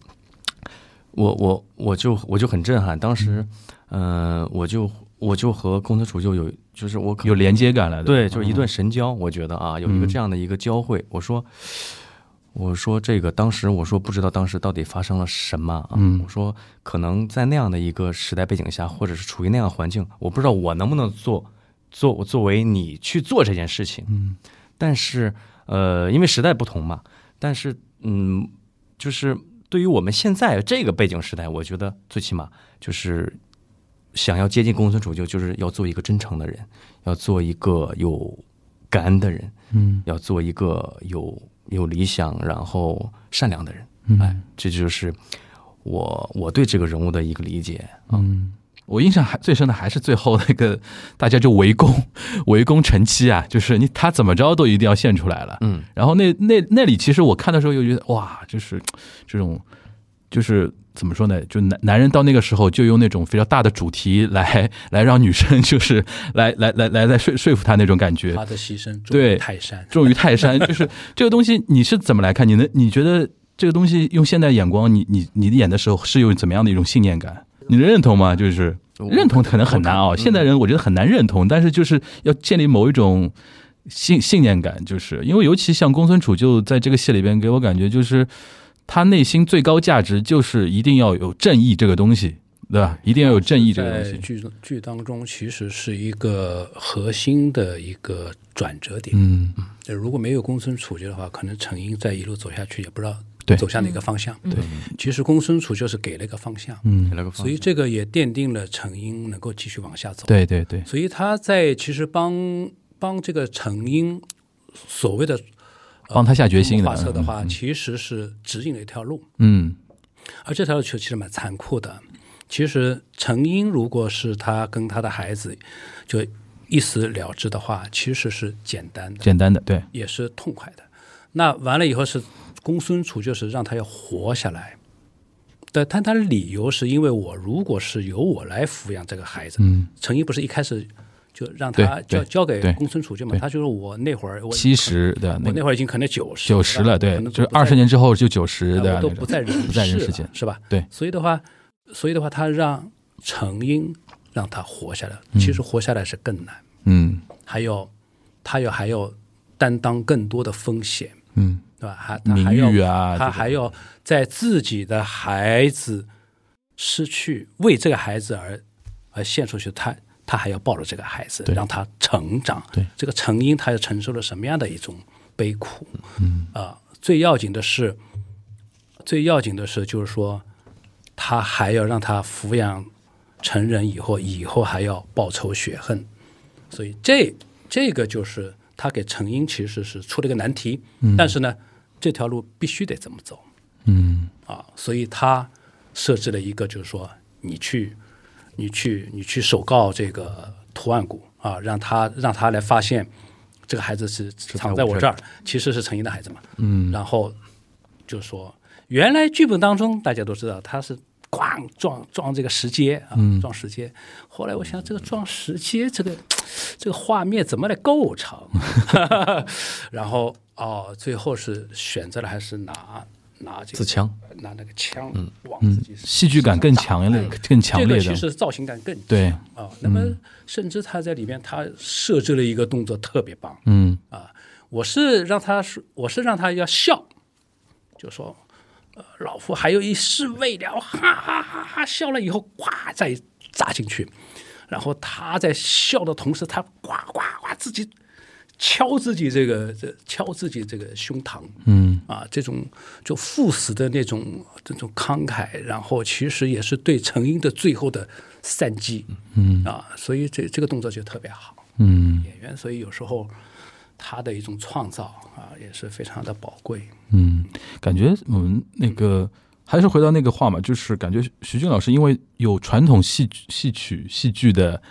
Speaker 5: 我我我就我就很震撼，当时嗯、呃我就我就和公孙楚就有就是我可
Speaker 2: 有连接感了。
Speaker 5: 对，
Speaker 2: 吧
Speaker 5: 就是一顿神交，我觉得啊，有
Speaker 2: 嗯
Speaker 5: 一个这样的一个交汇。我说，我说这个当时我说不知道当时到底发生了什么啊，
Speaker 2: 嗯
Speaker 5: 我说可能在那样的一个时代背景下，或者是处于那样的环境，我不知道我能不能做做作为你去做这件事情。
Speaker 2: 嗯，
Speaker 5: 但是呃，因为时代不同嘛，但是嗯，就是对于我们现在这个背景时代，我觉得最起码就是想要接近公孙主舅，就是要做一个真诚的人，要做一个有感恩的人，
Speaker 2: 嗯
Speaker 5: 要做一个有有理想然后善良的人。哎
Speaker 2: 嗯，
Speaker 5: 这就是我我对这个人物的一个理解。
Speaker 2: 嗯，我印象还最深的还是最后那个 大家就围攻 围攻陈七啊，就是你他怎么着都一定要献出来了。
Speaker 5: 嗯，
Speaker 2: 然后那那那里其实我看的时候又觉得哇，就是这种就是怎么说呢？就男男人到那个时候就用那种比较大的主题来来让女生就是来来来来来说说服他那种感觉。
Speaker 3: 他的牺牲重
Speaker 2: 对
Speaker 3: 于泰山，
Speaker 2: 重于泰 山，就是这个东西你是怎么来看？你能你觉得这个东西用现代眼光，你你你演的时候是有怎么样的一种信念感？你认同吗？就是
Speaker 5: 我
Speaker 2: 认同可能很难
Speaker 3: 嗯
Speaker 2: 哦，现代人我觉得很难认同，但是就是要建立某一种信信念感，就是因为尤其像公孙楚就在这个戏里边给我感觉就是他内心最高价值就是一定要有正义这个东西，对吧？一定要有正义这个东
Speaker 3: 在
Speaker 2: 西。
Speaker 3: 剧中剧当中其实是一个核心的一个转折点。
Speaker 2: 嗯，
Speaker 3: 呃如果没有公孙楚旧的话，可能成英在一路走下去也不知道
Speaker 2: 对
Speaker 3: 走向哪个方向。
Speaker 6: 嗯
Speaker 3: 对，其实公孙楚旧是给了一个方向，
Speaker 2: 嗯
Speaker 5: 给，了个方
Speaker 3: 所以这个也奠定了成英能够继续往下走。
Speaker 2: 对对对，
Speaker 3: 所以他在其实帮帮这个成英所谓的
Speaker 2: 帮他下决心了
Speaker 3: 画。策的话，其实是指引了一条路。
Speaker 2: 嗯
Speaker 3: 而这条路其实蛮残酷的。其实成因如果是他跟他的孩子就一死了之的话，其实是简单的，
Speaker 2: 简单的对，
Speaker 3: 也是痛快的。那完了以后是公孙楚，就是让他要活下来。但但他的理由是因为我如果是由我来抚养这个孩子，
Speaker 2: 嗯，
Speaker 3: 成因不是一开始就让他
Speaker 2: 对
Speaker 3: 交
Speaker 2: 对
Speaker 3: 交给
Speaker 2: 对
Speaker 3: 公孙楚就嘛？
Speaker 2: 对
Speaker 3: 他就说我那会儿我
Speaker 2: 七，十的
Speaker 3: 我
Speaker 2: 那
Speaker 3: 那
Speaker 2: 个
Speaker 3: 会儿已经可能九十
Speaker 2: 九十了，对
Speaker 3: 可，能
Speaker 2: 就是
Speaker 3: 不在
Speaker 2: 二十年之后就九十
Speaker 3: 哎
Speaker 2: 的
Speaker 3: 我
Speaker 2: 那
Speaker 3: 都
Speaker 2: 种，
Speaker 3: 不在人
Speaker 2: 不在人
Speaker 3: 世
Speaker 2: 世
Speaker 3: 了
Speaker 2: 间
Speaker 3: 是吧？
Speaker 2: 对
Speaker 3: 所以的话，所以的话，他让成因让他活下来，其实活下来是更难，
Speaker 2: 嗯
Speaker 3: 还有他要还要担当更多的风险，
Speaker 2: 嗯，
Speaker 3: 对吧？还他
Speaker 2: 名啊
Speaker 3: 还要
Speaker 2: 誉啊，这
Speaker 3: 他
Speaker 2: 种
Speaker 3: 还要在自己的孩子失去为这个孩子而而献出去，他他还要抱着这个孩子，
Speaker 2: 对
Speaker 3: 让他成长。
Speaker 2: 对
Speaker 3: 这个成因，他又承受了什么样的一种悲苦？嗯啊、最要紧的是，最要紧的是，就是说，他还要让他抚养成人以后，以后还要报仇雪恨，所以这这个就是他给成因其实是出了一个难题，但是呢，这条路必须得这么走，
Speaker 2: 嗯
Speaker 3: 啊，所以他设置了一个，就是说你去，你去，你去首告这个图案股啊，让他让他来发现这个孩子是藏在我这儿，其实是成英的孩子嘛。嗯，然后就说原来剧本当中大家都知道他是。咣撞撞这个石阶啊，撞石阶。后来我想，这个撞石阶，这个这个画面怎么来构成？ 然后哦，最后是选择了还是拿拿这个
Speaker 5: 自枪，
Speaker 3: 拿那个枪往自己身上、
Speaker 2: 嗯戏剧感更强烈，更强
Speaker 3: 这
Speaker 2: 烈
Speaker 3: 个其
Speaker 2: 的，
Speaker 3: 实造型感更强
Speaker 2: 对，嗯
Speaker 3: 啊。那么甚至他在里面他设置了一个动作特别棒，啊
Speaker 2: 嗯
Speaker 3: 我是让他说，我是让他要笑，就说。呃，老夫还有一事未了，哈哈哈哈！笑了以后，呱再砸进去，然后他在笑的同时，他呱呱呱自己敲自己这个这敲自己这个胸膛，
Speaker 2: 嗯
Speaker 3: 啊，这种就赴死的那种这种慷慨，然后其实也是对成因的最后的善击，嗯啊，所以这这个动作就特别好。
Speaker 2: 嗯
Speaker 3: 演员所以有时候他的一种创造啊，也是非常的宝贵。
Speaker 2: 嗯，感觉我们那个还是回到那个话嘛，就是感觉徐俊老师因为有传统戏剧、戏曲、戏剧的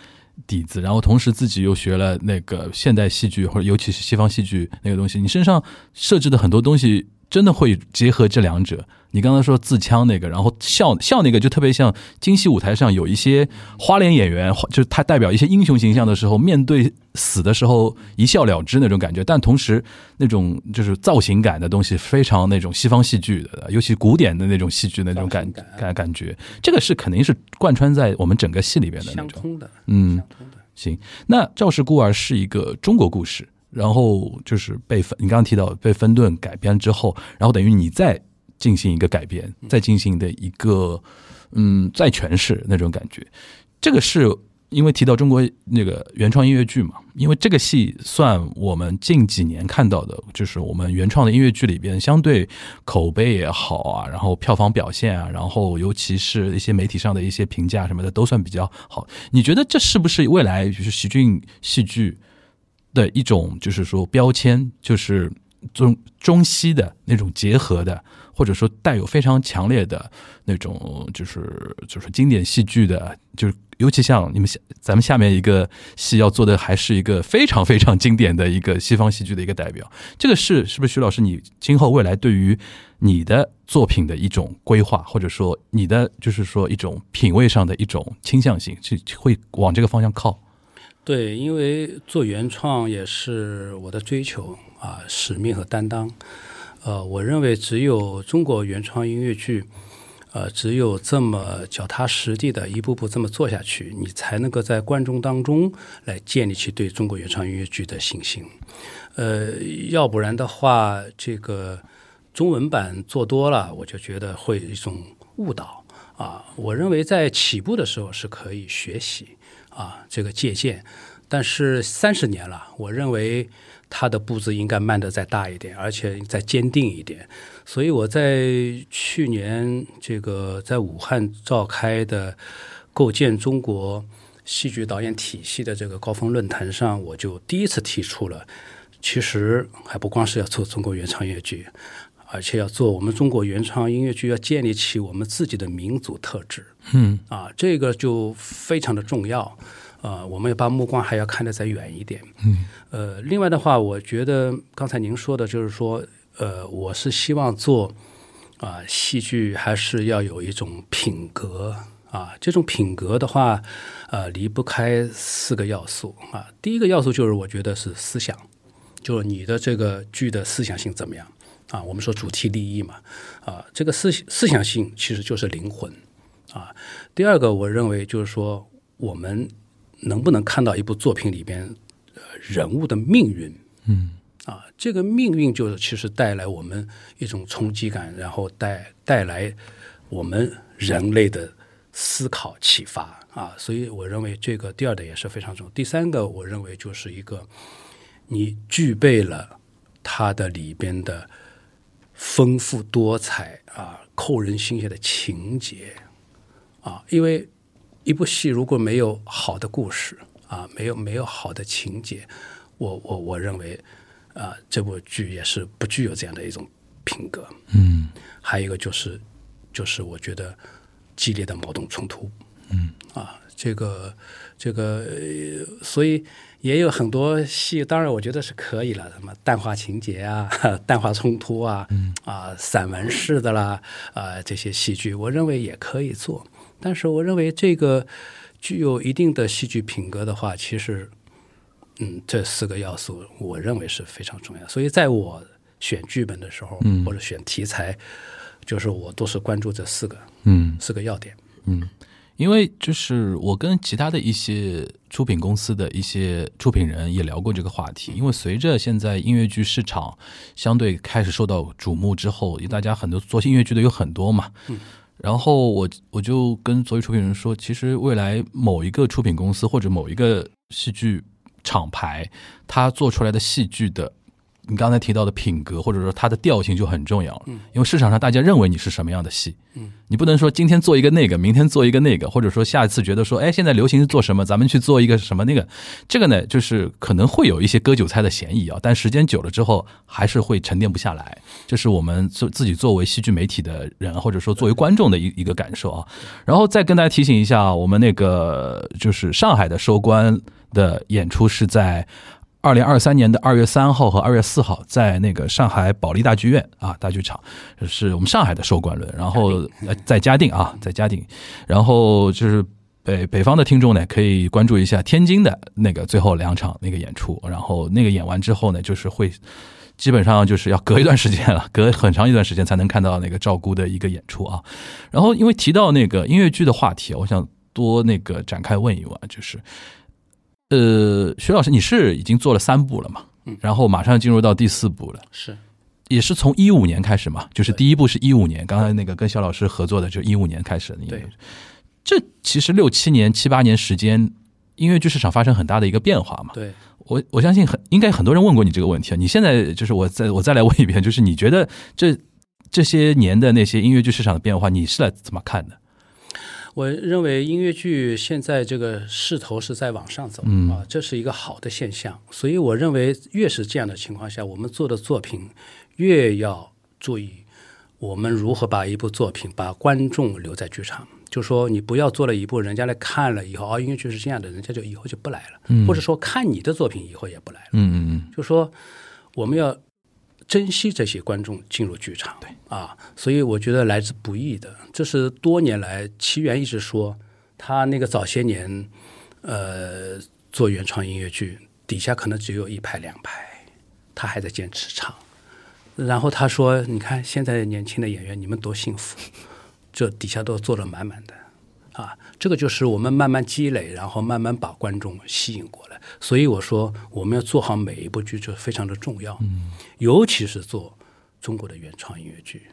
Speaker 2: 底子，然后同时自己又学了那个现代戏剧，或者尤其是西方戏剧那个东西，你身上设置的很多东西真的会结合这两者。你刚才说自腔那个，然后笑笑那个，就特别像京戏舞台上有一些花脸演员，花就是他代表一些英雄形象的时候，面对死的时候一笑了之那种感觉。但同时，那种就是造型感的东西，非常那种西方戏剧的，尤其古典的那种戏剧的那种感
Speaker 3: 造型感
Speaker 2: 感感觉，这个是肯定是贯穿在我们整个戏里边的那
Speaker 3: 相
Speaker 2: 种。
Speaker 3: 通的，
Speaker 2: 嗯
Speaker 3: 相通的。
Speaker 2: 行，那《赵氏孤儿》是一个中国故事，然后就是被分，你刚刚提到被分顿改编之后，然后等于你再进行一个改编，再进行的一个嗯再诠释那种感觉。这个是因为提到中国那个原创音乐剧嘛，因为这个戏算我们近几年看到的，就是我们原创的音乐剧里边相对口碑也好啊，然后票房表现啊，然后尤其是一些媒体上的一些评价什么的都算比较好。啊你觉得这是不是未来就是喜剧戏剧的一种就是说标签，就是中中西的那种结合的，或者说带有非常强烈的那种就是就是经典戏剧的，就是尤其像你们下咱们下面一个戏要做的，还是一个非常非常经典的一个西方戏剧的一个代表。这个是是不是徐老师你今后未来对于你的作品的一种规划，或者说你的就是说一种品味上的一种倾向性，是会往这个方向靠？
Speaker 3: 对，因为做原创也是我的追求啊，使命和担当。呃，我认为只有中国原创音乐剧，呃，只有这么脚踏实地的一步步这么做下去，你才能够在观众当中来建立起对中国原创音乐剧的信心。呃，要不然的话，这个中文版做多了，我就觉得会有一种误导啊。我认为在起步的时候是可以学习啊这个借鉴，但是三十年了，我认为它的步子应该慢的再大一点，而且再坚定一点。所以我在去年这个在武汉召开的构建中国戏剧导演体系的这个高峰论坛上，我就第一次提出了，其实还不光是要做中国原创音乐剧，而且要做我们中国原创音乐剧，要建立起我们自己的民族特质。嗯，啊，这个就非常的重要。呃，我们要把目光还要看得再远一点。嗯，呃，另外的话，我觉得刚才您说的就是说，呃，我是希望做啊、戏剧还是要有一种品格啊。这种品格的话，呃，离不开四个要素啊。第一个要素就是我觉得是思想，就是你的这个剧的思想性怎么样啊？我们说主题立意嘛，啊，这个思思想性其实就是灵魂啊。第二个，我认为就是说，我们能不能看到一部作品里边、呃、人物的命运？嗯，啊，这个命运就是其实带来我们一种冲击感，然后带带来我们人类的思考启发啊。所以我认为这个第二点也是非常重要。第三个，我认为就是一个你具备了它的里边的丰富多彩啊、扣人心弦的情节啊，因为一部戏如果没有好的故事啊，没有没有好的情节，我我我认为啊，这部剧也是不具有这样的一种品格。
Speaker 2: 嗯
Speaker 3: 还有一个就是，就是我觉得激烈的矛盾冲突，嗯啊，这个这个、呃所以也有很多戏，当然我觉得是可以了，什么淡化情节啊，淡化冲突啊，啊散文式的啦，啊这些戏剧，我认为也可以做，但是我认为这个具有一定的戏剧品格的话，其实嗯，这四个要素我认为是非常重要。所以在我选剧本的时候，或者选题材，就是我都是关注这四个
Speaker 2: 嗯，
Speaker 3: 四个要点。
Speaker 2: 因为就是我跟其他的一些出品公司的一些出品人也聊过这个话题，因为随着现在音乐剧市场相对开始受到瞩目之后，大家很多做音乐剧的有很多嘛，然后我我就跟所有出品人说，其实未来某一个出品公司或者某一个戏剧厂牌，它做出来的戏剧的。你刚才提到的品格，或者说它的调性就很重要了，因为市场上大家认为你是什么样的戏，你不能说今天做一个那个，明天做一个那个，或者说下一次觉得说，哎，现在流行是做什么，咱们去做一个什么那个，这个呢，就是可能会有一些割韭菜的嫌疑啊，但时间久了之后，还是会沉淀不下来。这是我们做自己作为戏剧媒体的人，或者说作为观众的一一个感受啊。然后再跟大家提醒一下啊，我们那个就是上海的收官的演出是在。二零二三年的二月三号和二月四号，在那个上海保利大剧院啊大剧场，是我们上海的收官轮，然后呃在嘉定啊，在嘉定，然后就是北北方的听众呢，可以关注一下天津的那个最后两场那个演出，然后那个演完之后呢，就是会基本上就是要隔一段时间了，隔很长一段时间才能看到那个赵姑的一个演出啊。然后因为提到那个音乐剧的话题，我想多那个展开问一问，就是呃，徐老师，你是已经做了三部了嘛？然后马上进入到第四部了。
Speaker 3: 是，
Speaker 2: 也是从一五年开始嘛，就是第一部是一五年，刚才那个跟肖老师合作的，就一五年开始的。
Speaker 3: 对，
Speaker 2: 这其实六七年、七八年时间，音乐剧市场发生很大的一个变化嘛。
Speaker 3: 对，
Speaker 2: 我我相信很应该很多人问过你这个问题啊。你现在就是我再我再来问一遍，就是你觉得这这些年的那些音乐剧市场的变化，你是来怎么看的？
Speaker 3: 我认为音乐剧现在这个势头是在往上走、
Speaker 2: 嗯
Speaker 3: 啊，这是一个好的现象。所以我认为，越是这样的情况下，我们做的作品越要注意我们如何把一部作品把观众留在剧场。就说你不要做了一部，人家来看了以后，啊，音乐剧是这样的，人家就以后就不来了，或者说看你的作品以后也不来了。
Speaker 2: 嗯嗯
Speaker 3: 就说我们要珍惜这些观众进入剧场，对啊，所以我觉得来之不易的，这是多年来奇缘一直说他那个早些年，呃，做原创音乐剧底下可能只有一排两排，他还在坚持唱。然后他说：“你看现在年轻的演员，你们多幸福，这底下都坐得满满的。”啊，这个就是我们慢慢积累，然后慢慢把观众吸引过来。所以我说，我们要做好每一部剧，就非常的重要。嗯，尤其是做中国的原创音乐剧，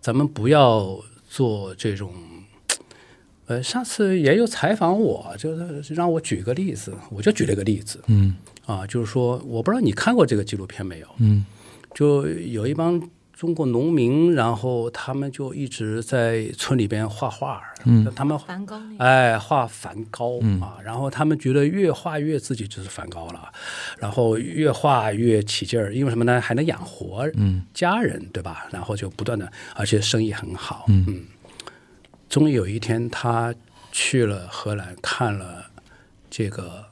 Speaker 3: 咱们不要做这种。呃，上次也有采访我，就是让我举个例子，我就举了个例子。嗯，啊，就是说，我不知道你看过这个纪录片没有？嗯，就有一帮中国农民，然后他们就一直在村里边画画。嗯，他们
Speaker 6: 梵高那个
Speaker 3: 哎，画梵高啊，然后他们觉得越画越自己就是梵高了，然后越画越起劲儿，因为什么呢？还能养活家人，对吧？然后就不断的，而且生意很好，嗯终于有一天，他去了荷兰，看了这个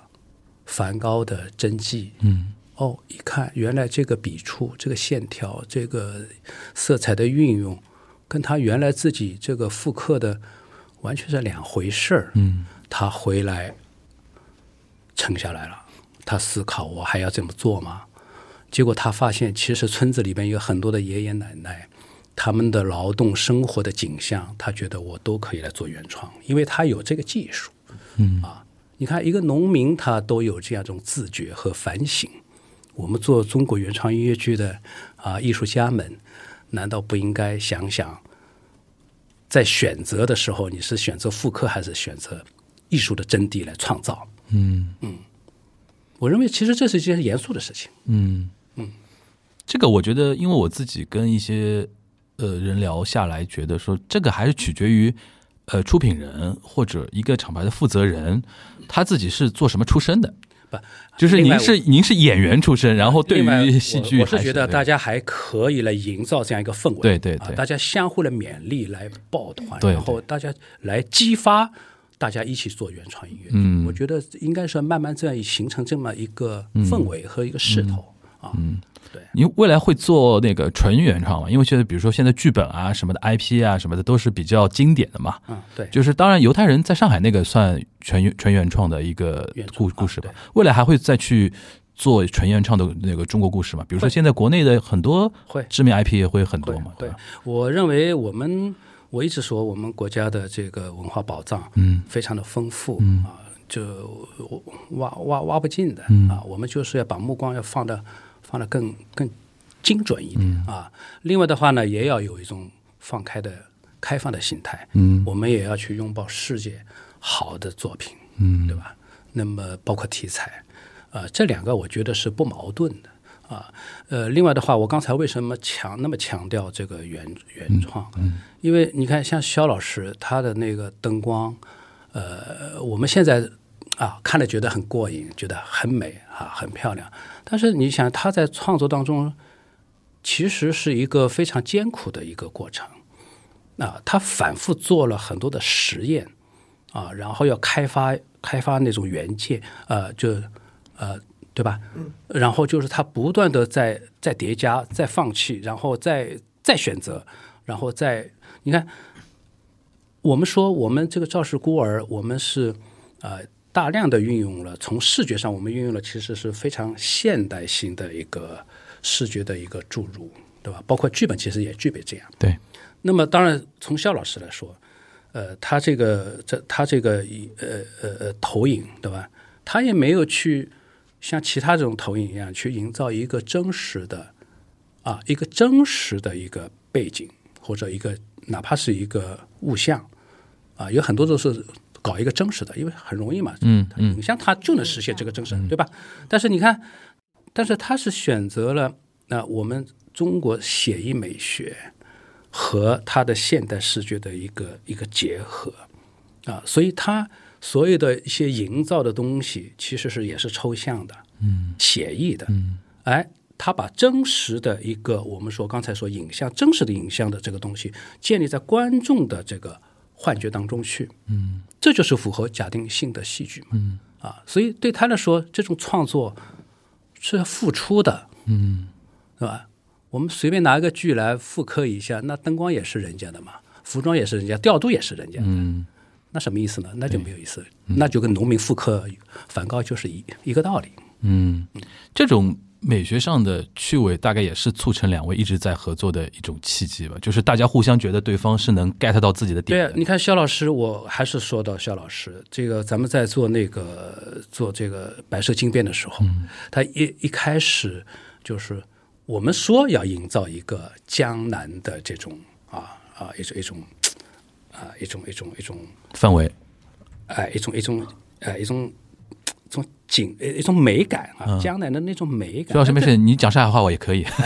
Speaker 3: 梵高的真迹，嗯，哦，一看原来这个笔触、这个线条、这个色彩的运用，跟他原来自己这个复刻的完全是两回事儿。嗯，他回来沉下来了，他思考我还要这么做吗？结果他发现，其实村子里边有很多的爷爷奶奶，他们的劳动生活的景象，他觉得我都可以来做原创，因为他有这个技术。嗯啊，你看一个农民他都有这样一种自觉和反省。我们做中国原创音乐剧的啊艺术家们，难道不应该想想在选择的时候，你是选择复刻还是选择艺术的真谛来创造？
Speaker 2: 嗯
Speaker 3: 我认为其实这是一件严肃的事情。
Speaker 2: 嗯嗯，这个我觉得，因为我自己跟一些呃人聊下来，觉得说这个还是取决于呃出品人或者一个厂牌的负责人他自己是做什么出身的。
Speaker 3: 不，
Speaker 2: 就是
Speaker 3: 另外
Speaker 2: 您是您是演员出身，然后对
Speaker 3: 另外
Speaker 2: 于戏
Speaker 3: 我
Speaker 2: 剧
Speaker 3: 我
Speaker 2: 还
Speaker 3: 是觉得
Speaker 2: 对
Speaker 3: 大家还可以来营造这样一个氛围，
Speaker 2: 对对
Speaker 3: 啊
Speaker 2: 对
Speaker 3: 大家相互的勉励来抱团，
Speaker 2: 对
Speaker 3: 然后大家来激发大家一起做原创音乐。
Speaker 2: 嗯
Speaker 3: 我觉得应该是慢慢这样形成这么一个氛围和一个势头啊。
Speaker 2: 你未来会做那个纯原创吗？因为现在比如说现在剧本啊什么的 IP 啊什么的都是比较经典的嘛。
Speaker 3: 嗯，对，
Speaker 2: 就是当然犹太人在上海那个算全原全原创的一个
Speaker 3: 原创
Speaker 2: 故
Speaker 3: 啊
Speaker 2: 故事吧
Speaker 3: 对。
Speaker 2: 未来还会再去做纯原创的那个中国故事嘛？比如说现在国内的很多
Speaker 3: 会
Speaker 2: 知名 IP 也会很
Speaker 3: 对
Speaker 2: 多嘛。
Speaker 3: 对
Speaker 2: 吧，
Speaker 3: 我认为我们我一直说我们国家的这个文化宝藏，
Speaker 2: 嗯，
Speaker 3: 非常的丰富，
Speaker 2: 嗯
Speaker 3: 啊，就我挖挖挖不尽的、
Speaker 2: 嗯
Speaker 3: 啊。我们就是要把目光要放的放的更更精准一点、
Speaker 2: 嗯
Speaker 3: 啊。另外的话呢，也要有一种放开的开放的心态，
Speaker 2: 嗯
Speaker 3: 我们也要去拥抱世界好的作品，
Speaker 2: 嗯
Speaker 3: 对吧？那么包括题材，呃，这两个我觉得是不矛盾的啊。呃，另外的话，我刚才为什么强那么强调这个原原创？啊因为你看，像肖老师他的那个灯光，呃，我们现在啊看了觉得很过瘾，觉得很美啊，很漂亮。但是你想，他在创作当中其实是一个非常艰苦的一个过程。啊，他反复做了很多的实验，啊，然后要开发开发那种元件，呃，就呃，对吧？嗯。然后就是他不断的在在叠加，再放弃，然后再再选择，然后再你看，我们说我们这个《赵氏孤儿》，我们是呃大量的运用了从视觉上，我们运用了其实是非常现代性的一个视觉的一个注入，对吧？包括剧本其实也具备这样。
Speaker 2: 对，
Speaker 3: 那么当然，从肖老师来说，呃，他这个这他这个呃呃呃投影对吧？他也没有去像其他这种投影一样去营造一个真实的啊一个真实的一个背景或者一个哪怕是一个物象啊，有很多都是搞一个真实的，因为很容易嘛，
Speaker 2: 嗯嗯
Speaker 3: 影像它就能实现这个真实，对吧？但是你看，但是他是选择了那、我们中国写意美学和它的现代视觉的一个一个结合啊，所以它所有的一些营造的东西其实是也是抽象的，嗯，写意的，嗯，哎。他把真实的一个我们说刚才说影像真实的影像的这个东西建立在观众的这个幻觉当中去，嗯，这就是符合假定性的戏剧嘛，嗯啊，所以对他来说，这种创作是要付出的，
Speaker 2: 嗯
Speaker 3: 对吧？我们随便拿一个剧来复刻一下，那灯光也是人家的嘛，服装也是人家，调度也是人家的，
Speaker 2: 嗯
Speaker 3: 那什么意思呢？那就没有意思，那就跟农民复刻梵高就是一一个道理。
Speaker 2: 嗯，这种美学上的趣味，大概也是促成两位一直在合作的一种契机吧。就是大家互相觉得对方是能 get 到自己的
Speaker 3: 对
Speaker 2: 点
Speaker 3: 啊，
Speaker 2: 的。
Speaker 3: 你看肖老师，我还是说到肖老师，这个咱们在做那个做这个白色经变的时候，他一一开始就是我们说要营造一个江南的这种啊啊一种一种啊一种一种一种
Speaker 2: 范
Speaker 3: 啊
Speaker 2: 围，
Speaker 3: 哎一种一种哎一种一种景一种美感
Speaker 2: 嗯
Speaker 3: 啊，江南的那种美感。
Speaker 2: 徐老师没事，你讲上海话我也 可以。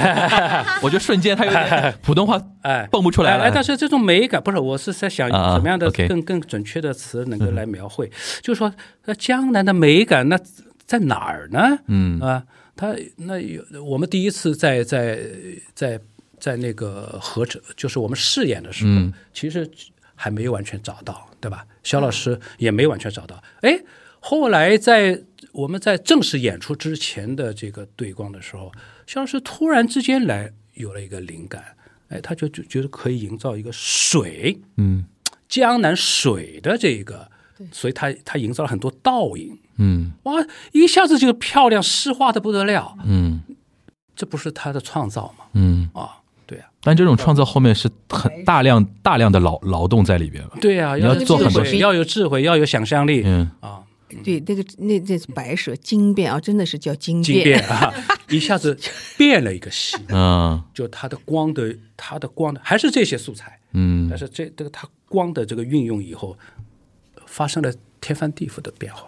Speaker 2: 我觉得瞬间他有点普通话
Speaker 3: 哎，
Speaker 2: 蹦不出来
Speaker 3: 哎哎，但
Speaker 2: 了。
Speaker 3: 是这种美感不是，我是在想
Speaker 2: 啊啊
Speaker 3: 什么样的
Speaker 2: OK 嗯
Speaker 3: 更更准确的词能够来描绘，就是说，那江南的美感那在哪儿呢？嗯啊，它那有我们第一次在在在在那个合着，就是我们试演的时候，
Speaker 2: 嗯
Speaker 3: 其实还没有完全找到，对吧？肖老师也没完全找到，哎，后来在我们在正式演出之前的这个对光的时候，肖老师突然之间来有了一个灵感，哎，他就就觉得可以营造一个水，
Speaker 2: 嗯
Speaker 3: 江南水的这个，所以他他营造了很多倒影，
Speaker 2: 嗯
Speaker 3: 哇，一下子就漂亮诗画的不得了，
Speaker 2: 嗯
Speaker 3: 这不是他的创造吗？
Speaker 2: 嗯。
Speaker 3: 啊，对呀、
Speaker 2: 但这种创造后面是很大量大量的劳劳动在里边吧。
Speaker 3: 对呀、啊
Speaker 2: 你要
Speaker 3: 有
Speaker 2: 做
Speaker 3: 智
Speaker 2: 很多
Speaker 3: 慧
Speaker 4: 事
Speaker 3: 要有智慧，要有想象力，
Speaker 2: 嗯
Speaker 3: 啊，
Speaker 4: 对，那个那那是白蛇惊变啊，真的是叫惊
Speaker 3: 惊变啊，一下子变了一 个戏，
Speaker 2: 嗯
Speaker 3: 就它的光的，它的光的还是这些素材，
Speaker 2: 嗯
Speaker 3: 但是这这个它光的这个运用以后，发生了天翻地覆的变化。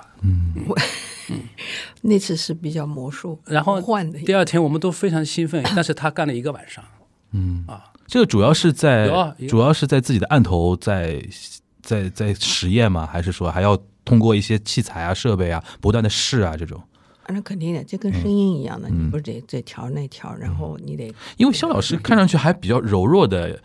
Speaker 4: 那次是比较魔术，
Speaker 3: 然后
Speaker 4: 换的，
Speaker 3: 第二天我们都非常兴奋，但是他干了一个晚上，
Speaker 2: 这个主要是在
Speaker 3: 有啊有
Speaker 2: 主要是在自己的案头在在在实验吗？还是说还要通过一些器材啊、设备啊不断的试啊这种？
Speaker 4: 啊那肯定的，这跟
Speaker 2: 嗯
Speaker 4: 声音一样的，你不是得这调那调，然后你 得
Speaker 2: 因为肖老师看上去还比较柔弱的，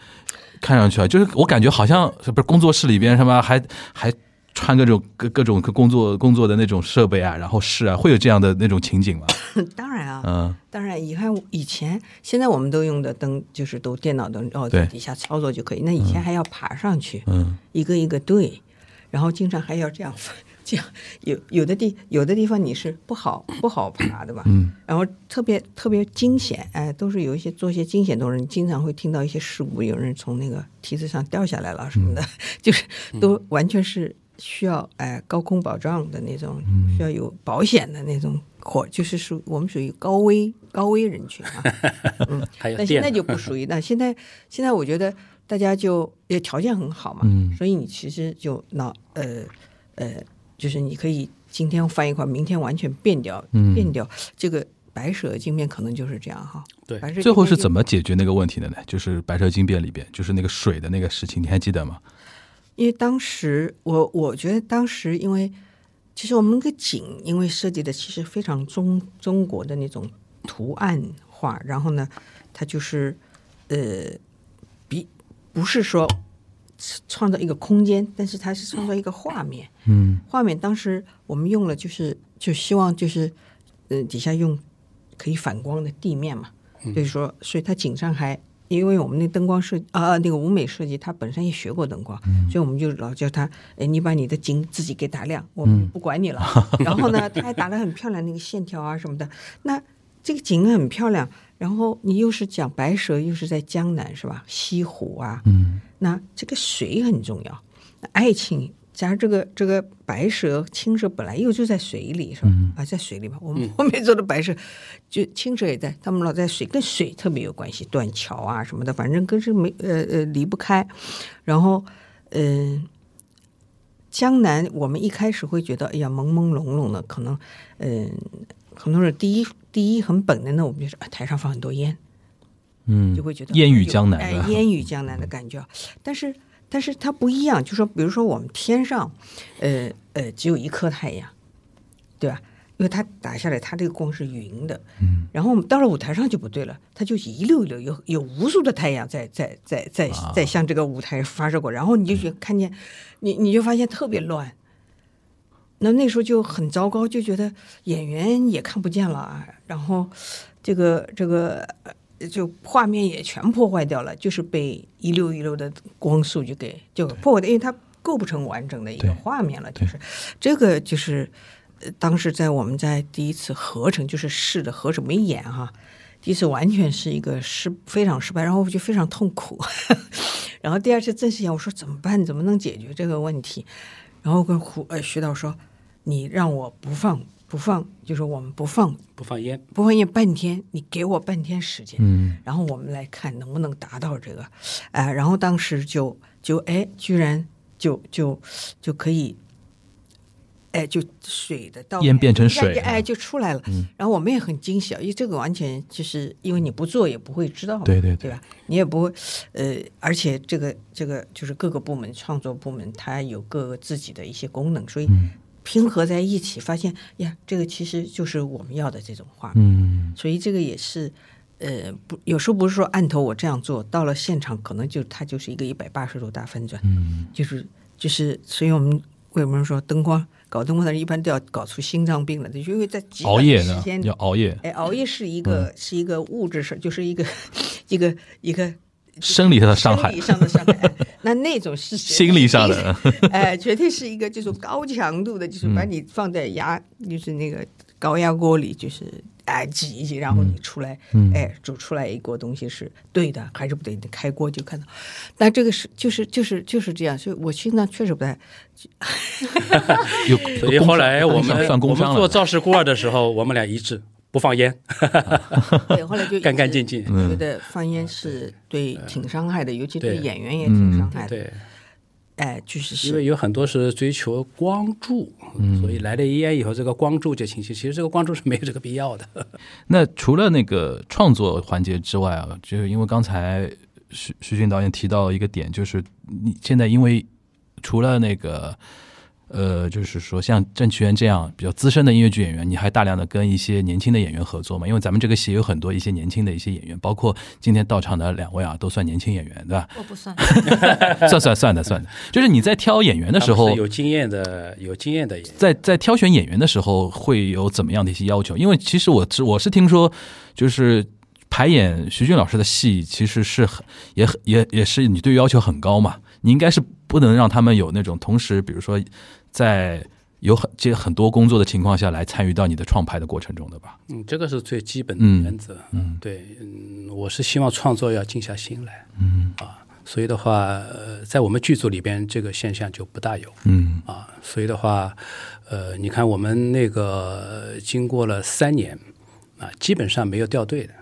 Speaker 2: 看上去啊，就是我感觉好像不是工作室里边什么还 还穿各种各各种工作工作的那种设备啊，然后试啊，会有这样的那种情景吗？
Speaker 4: 当然啊，
Speaker 2: 嗯
Speaker 4: 当然，你看以前，现在我们都用的灯就是都电脑灯，哦，
Speaker 2: 对
Speaker 4: 在底下操作就可以。那以前还要爬上去，
Speaker 2: 嗯，
Speaker 4: 一个一个对，然后经常还要这样 这样。有有的地有的地方你是不好不好爬的吧，嗯，然后特别特别惊险，哎，都是有一些做一些惊险动作，你经常会听到一些事故，有人从那个梯子上掉下来了什么的， 就是都完全是需要哎高空保障的那种，需要有保险的那种。火就是属我们属于高危高危人群啊，
Speaker 3: 还有
Speaker 4: 但
Speaker 3: 电
Speaker 4: 现在就不属于那。现在现在我觉得大家就也条件很好嘛，所以你其实就脑呃呃，就是你可以今天翻一块，明天完全变掉，变掉这个白蛇镜面可能就是这样哈。
Speaker 3: 对
Speaker 4: 白蛇
Speaker 2: 最后是怎
Speaker 4: 么？
Speaker 2: 么解决那个问题的呢？就是《白蛇精变》里边，就是那个水的那个事情，你还记得吗？
Speaker 4: 因为当时我我觉得当时因为其实我们那个景，因为设计的其实非常中中国的那种图案化，然后呢，它就是呃，比不是说创造一个空间，但是它是创造一个画面。
Speaker 2: 嗯
Speaker 4: 画面当时我们用了，就是就希望就是，呃，底下用可以反光的地面嘛，就是说，所以它景上还因为我们那灯光设啊、那个舞美设计，它本身也学过灯光，所以我们就老叫他，哎，你把你的景自己给打亮，我们不管你了。然后呢，他还打了很漂亮那个线条啊什么的，那这个景很漂亮。然后你又是讲白蛇，又是在江南是吧？西湖啊，
Speaker 2: 嗯
Speaker 4: 那这个水很重要，那爱情。加上这个这个白蛇、青蛇本来又就在水里是吧？啊，在水里吧。我们后面做的白蛇，就青蛇也在，他们老在水，跟水特别有关系，断桥啊什么的，反正跟这没呃呃离不开。然后，嗯、江南我们一开始会觉得，哎呀，朦朦胧胧的，可能，嗯、很多人第一第一很本能的，我们就是、啊、台上放很多烟，
Speaker 2: 嗯
Speaker 4: 就会觉得
Speaker 2: 烟雨
Speaker 4: 有
Speaker 2: 江南啊
Speaker 4: 哎
Speaker 2: 的，
Speaker 4: 烟雨江南的感觉。但是，但是它不一样，就说比如说我们天上，呃呃，只有一颗太阳，对吧？因为它打下来，它这个光是云的，嗯，然后我们到了舞台上就不对了，它就一溜一溜有有无数的太阳在在在在在向这个舞台发射过，然后你就觉看见，你你就发现特别乱，那那时候就很糟糕，就觉得演员也看不见了啊，然后这个这个呃就画面也全破坏掉了，就是被一溜一溜的光速就给就破坏的，因为它构不成完整的一个
Speaker 2: 对
Speaker 4: 画面了，就是这个就是呃当时在我们在第一次合成就是试的合成没演哈。第一次完全是一个失非常失败，然后我就非常痛苦。 然后第二次正式演，我说怎么办？怎么能解决这个问题？然后跟胡呃徐导说，你让我不放不放，就说我们不放
Speaker 3: 不放烟，
Speaker 4: 不放也半天，你给我半天时间，
Speaker 2: 嗯，
Speaker 4: 然后我们来看能不能达到这个，啊、然后当时就就哎，居然就就就可以。哎，就水的到
Speaker 2: 烟变成水了嗯
Speaker 4: 哎，就出来了。然后我们也很惊喜啊，因为这个完全就是因为你不做也不会知道嘛，
Speaker 2: 对对对
Speaker 4: 对吧？你也不会，呃，而且这个这个就是各个部门创作部门，它有各个自己的一些功能，所以
Speaker 2: 嗯
Speaker 4: 拼合在一起，发现哎呀，这个其实就是我们要的这种画面。
Speaker 2: 嗯
Speaker 4: 所以这个也是，呃，不，有时候不是说案头我这样做，到了现场可能就它就是一个一百八十度大翻转，
Speaker 2: 嗯，
Speaker 4: 就是就是，所以我们为什么说灯光搞灯光的人一般都要搞出心脏病了，就是因为在极短
Speaker 2: 熬夜
Speaker 4: 时
Speaker 2: 呢
Speaker 4: 间，
Speaker 2: 要嗯熬夜，
Speaker 4: 哎，熬夜是一个、是一个物质事，就是一个 一个一个
Speaker 2: 生理上的呃伤
Speaker 4: 生
Speaker 2: 害
Speaker 4: 理，上的伤 害，哎那那种是绝对
Speaker 2: 心理上的，
Speaker 4: 哎，绝对是一个就是高强度的，就是把你放在牙，就是那个高压锅里就是哎挤一挤，然后你出来，
Speaker 2: 嗯
Speaker 4: 哎煮出来一锅东西是对的还是不对？你开锅就看到，但这个是就是就是就是这样，所以我心脏确实不太
Speaker 2: 有
Speaker 3: 所以后来我们
Speaker 2: 算
Speaker 3: 我
Speaker 2: 工
Speaker 3: 们
Speaker 2: 伤
Speaker 3: 做
Speaker 2: 了，
Speaker 3: 肇事锅的时候，我们俩一致不放烟，
Speaker 4: 对，后来就一直
Speaker 3: 干干净净
Speaker 2: 嗯
Speaker 4: 觉得放烟是对挺伤害的，尤其对
Speaker 3: 对
Speaker 4: 演员也
Speaker 2: 嗯
Speaker 4: 挺伤害的。
Speaker 3: 对，
Speaker 4: 哎，就是
Speaker 3: 因为
Speaker 4: 是
Speaker 3: 有很多是追求光柱，所以来了烟以后，这个光柱就清晰。其实这个光柱是没有这个必要的。
Speaker 2: 那除了那个创作环节之外啊，就是因为刚才徐徐俊导演提到一个点，就是你现在因为除了那个呃，就是说像郑渠元这样比较资深的音乐剧演员，你还大量的跟一些年轻的演员合作嘛？因为咱们这个戏有很多一些年轻的一些演员，包括今天到场的两位啊，都算年轻演员，对吧？
Speaker 6: 我不算，
Speaker 2: 算算算的算的，就是你在挑演员的时
Speaker 3: 他们
Speaker 2: 候
Speaker 3: 是，有经验的，有经验的演员。
Speaker 2: 在在挑选演员的时候会有怎么样的一些要求？因为其实我是我是听说，就是排演徐俊老师的戏，其实是很也很也也是你对要求很高嘛，你应该是不能让他们有那种同时，比如说在有很这很多工作的情况下来参与到你的创排的过程中的吧？
Speaker 3: 嗯，这个是最基本的原则。嗯，对，嗯，我是希望创作要静下心来。嗯啊，所以的话，呃，在我们剧组里边，这个现象就不大有。
Speaker 2: 嗯
Speaker 3: 啊，所以的话，呃，你看我们那个呃经过了三年啊，基本上没有掉队的，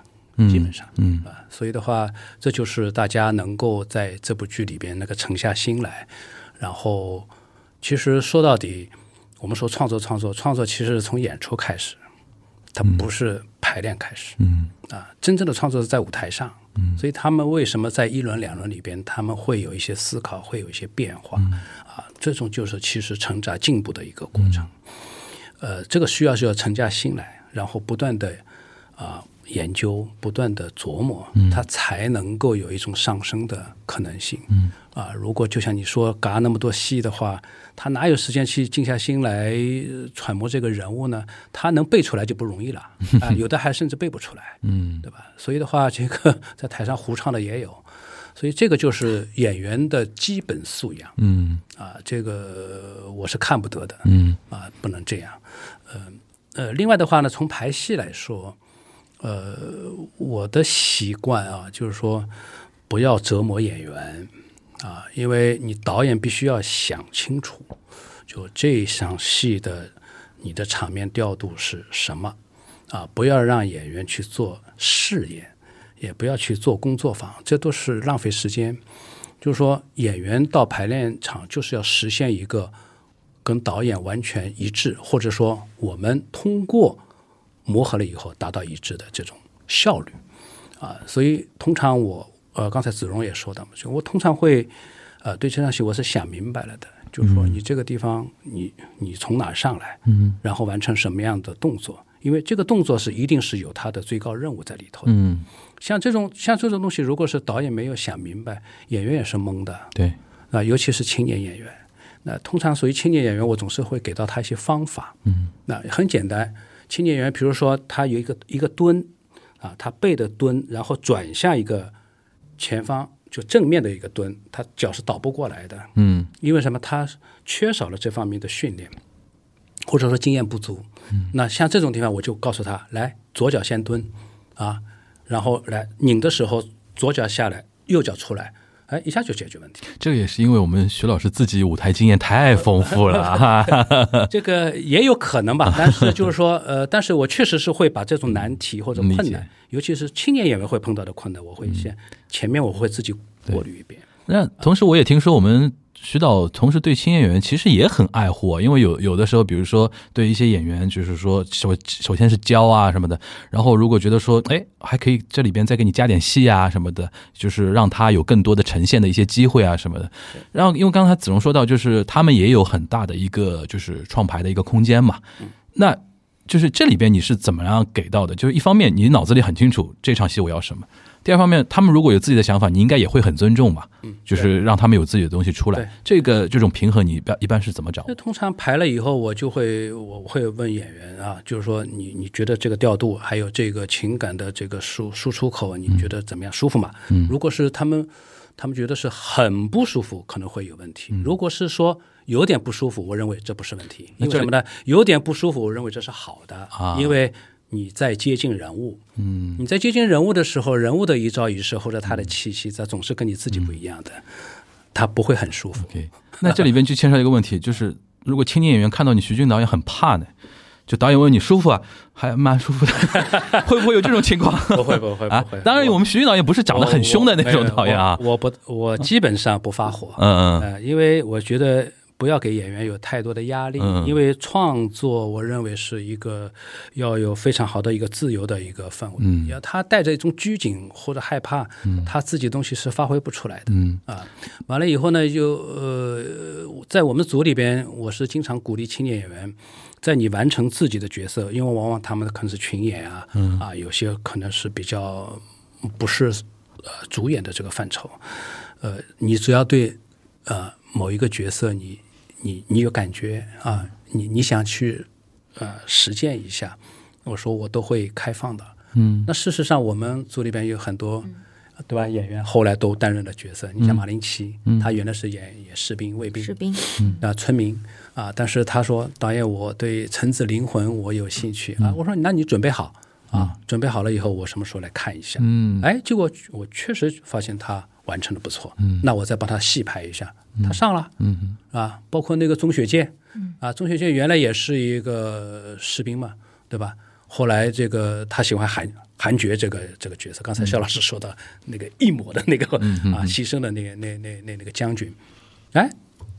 Speaker 3: 基本上，嗯啊，所以的话，这就是大家能够在这部剧里边那个沉下心来，然后，其实说到底，我们说创作创作创作，其实是从演出开始，它不是排练开始，
Speaker 2: 嗯
Speaker 3: 啊，真正的创作是在舞台上，所以他们为什么在一轮两轮里边，他们会有一些思考，会有一些变化，啊，这种就是其实成长进步的一个过程，呃，这个需要是要沉下心来，然后不断的啊、研究，不断的琢磨，它才能够有一种上升的可能性，嗯，啊，如果就像你说嘎那么多戏的话，他哪有时间去静下心来呃揣摩这个人物呢？他能背出来就不容易了， 啊，有的还甚至背不出来，
Speaker 2: 嗯
Speaker 3: 对吧？所以的话，这个在台上胡唱的也有，所以这个就是演员的基本素养
Speaker 2: 嗯
Speaker 3: 啊，这个呃我是看不得的
Speaker 2: 嗯
Speaker 3: 啊，不能这样。呃呃，另外的话呢，从排戏来说，呃，我的习惯啊，就是说不要折磨演员啊，因为你导演必须要想清楚，就这场戏的你的场面调度是什么啊，不要让演员去做试验，也不要去做工作坊，这都是浪费时间。就是说，演员到排练场就是要实现一个跟导演完全一致，或者说我们通过磨合了以后达到一致的这种效率啊。所以通常我呃，刚才子荣也说到嘛，就我通常会呃对这场戏我是想明白了的，就是说你这个地方你你从哪上来，嗯，然后完成什么样的动作，因为这个动作是一定是有它的最高任务在里头的。
Speaker 2: 嗯，
Speaker 3: 像这种像这种东西，如果是导演没有想明白，演员也是懵的。
Speaker 2: 对，
Speaker 3: 啊，尤其是青年演员。那通常属于青年演员，我总是会给到他一些方法。嗯，那很简单，青年演员，比如说他有一个一个蹲，啊，他背的蹲，然后转向一个前方就正面的一个蹲，他脚是倒不过来的。嗯，因为什么？他缺少了这方面的训练，或者说经验不足。嗯，那像这种地方，我就告诉他，来，左脚先蹲，啊，然后来拧的时候，左脚下来，右脚出来，哎，一下就解决问题。
Speaker 2: 这个也是因为我们徐老师自己舞台经验太丰富了啊，
Speaker 3: 这个也有可能吧，但是就是说， 呃，但是我确实是会把这种难题或者
Speaker 2: 嗯理
Speaker 3: 困
Speaker 2: 解
Speaker 3: 难，尤其是青年演员会碰到的困难，我会先、前面我会自己过滤一遍。
Speaker 2: 那同时，我也听说我们徐导同时对青演员其实也很爱护啊，因为有有的时候，比如说对一些演员，就是说首首先是教啊什么的，然后如果觉得说，哎，还可以这里边再给你加点戏啊什么的，就是让他有更多的呈现的一些机会啊什么的。然后，因为刚才子荣说到，就是他们也有很大的一个就是创牌的一个空间嘛，
Speaker 3: 嗯
Speaker 2: 那。就是这里边你是怎么样给到的？就是一方面你脑子里很清楚这场戏我要什么，第二方面他们如果有自己的想法，你应该也会很尊重吧？就是让他们有自己的东西出
Speaker 3: 嗯对
Speaker 2: 来。这个这种平衡，你一般一般是怎么掌
Speaker 3: 那
Speaker 2: 握？
Speaker 3: 通常排了以后，我就会我会问演员啊，就是说你你觉得这个调度还嗯有这个情感的这个输输出口，你觉得怎么样舒服吗？嗯，如果是他们他们觉得是很不舒服，可能会有问题。如果是说有点不舒服，我认为这不是问题，因为什么呢？有点不舒服，我认为这是好的，因为你在接近人物，嗯，你在接近人物的时候，人物的一招一式或者他的气息，他总是跟你自己不一样的，他不会很舒服。
Speaker 2: OK，那这里边就牵涉一个问题，就是如果青年演员看到你徐俊导演很怕呢，就导演问你舒服啊，还蛮舒服的， 会不会有这种情况？
Speaker 3: 不 会不会
Speaker 2: 啊
Speaker 3: 不会，
Speaker 2: 当然我们徐俊导演不是长得很凶的那种导演啊，
Speaker 3: 哦我我没有我我不，我基本上不发火，
Speaker 2: 嗯嗯
Speaker 3: 呃，因为我觉得不要给演员有太多的压力，
Speaker 2: 嗯
Speaker 3: 因为创作我认为是一个要有非常好的一个自由的一个氛围。
Speaker 2: 嗯
Speaker 3: 要他带着一种拘谨或者害怕，他自己东西是发挥不出来的。啊
Speaker 2: 嗯
Speaker 3: 完了以后呢，就呃，在我们组里边，我是经常鼓励青年演员，在你完成自己的角色，因为往往他们可能是群演啊，
Speaker 2: 嗯
Speaker 3: 啊，有些可能是比较不是呃主演的这个范畴，呃，你只要对呃某一个角色你你你有感觉啊，你你想去呃实践一下，我说我都会开放的。
Speaker 2: 嗯，
Speaker 3: 那事实上，我们组里边有很多，对吧？演员后来都担任了角色。你像马林奇，他原来是演演士兵、卫兵、
Speaker 6: 士兵，
Speaker 2: 嗯
Speaker 3: 啊、村民啊，但是他说导演，我对橙子灵魂我有兴趣
Speaker 2: 嗯
Speaker 3: 啊。我说那你准备好啊，准备好了以后，我什么时候来看一下？
Speaker 2: 嗯
Speaker 3: 哎，结果我确实发现他完成的不错，嗯，那我再帮他细排一下，他上了，
Speaker 2: 嗯
Speaker 3: 啊，包括那个钟雪健，啊，钟雪健原来也是一个士兵嘛，对吧？后来这个他喜欢韩韩觉这个这个角色，刚
Speaker 2: 嗯
Speaker 3: 才肖老师说的那个一模的那个、啊牺牲的那个那那那那个将军，哎，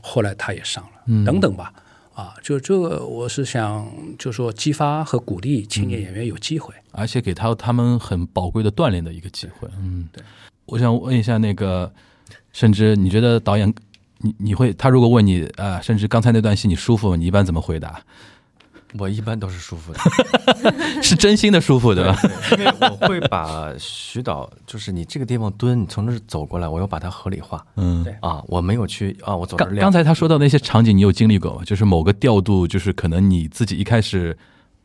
Speaker 3: 后来他也上了，等等吧，啊，就这个我是想就说激发和鼓励青年演员有机会，
Speaker 2: 而且给他他们很宝贵的锻炼的一个机会。嗯，对。我想问一下那个，甚至你觉得导演，你你会他如果问你啊、甚至刚才那段戏你舒服吗，你一般怎么回答？
Speaker 5: 我一般都是舒服的，
Speaker 2: 是真心的舒服对吧？
Speaker 5: 因为我会把徐导，就是你这个地方蹲，你从这儿走过来，我要把它合理化
Speaker 2: 嗯
Speaker 3: 对。
Speaker 5: 啊，我没有去啊，我走这
Speaker 2: 刚刚
Speaker 5: 才
Speaker 2: 才他说到那些场景，你有经历过吗？就是某个调度，就是可能你自己一开始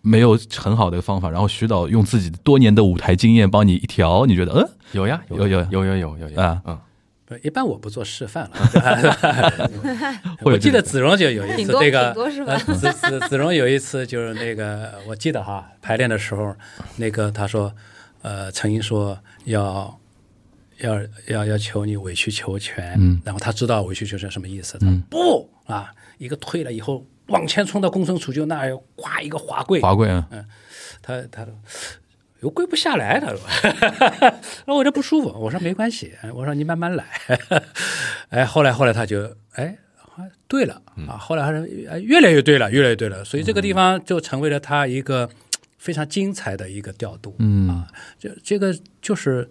Speaker 2: 没有很好的方法，然后徐导用自己多年的舞台经验帮你一调，你觉得嗯
Speaker 5: 有呀，
Speaker 2: 有有
Speaker 5: 有有有有有有
Speaker 2: 啊
Speaker 5: 嗯，
Speaker 3: 不一般我不做示范了。
Speaker 2: 会有
Speaker 3: 我记
Speaker 2: 这
Speaker 3: 得子荣就有一
Speaker 6: 挺
Speaker 3: 次
Speaker 6: 多
Speaker 3: 这个，
Speaker 6: 挺多是吧
Speaker 3: 呃子子子荣有一次就是那个，我记得哈，排练的时候，那个他说，呃，陈英说要要要要求你委曲求全，嗯，然后他知道委曲求全什么意思，
Speaker 2: 嗯
Speaker 3: 他说不啊，一个退了以后往前冲到公孙楚就那儿，咵一个滑跪，
Speaker 2: 华贵啊，
Speaker 3: 他他说又跪不下来，他说， 然后我这不舒服，我说没关系，我说你慢慢来， 哎，后来后来他就哎。啊对了啊，后来还是哎越来越对了，越来越对了，所以这个地方就成为了他一个非常精彩的一个调度，嗯啊，这这个就是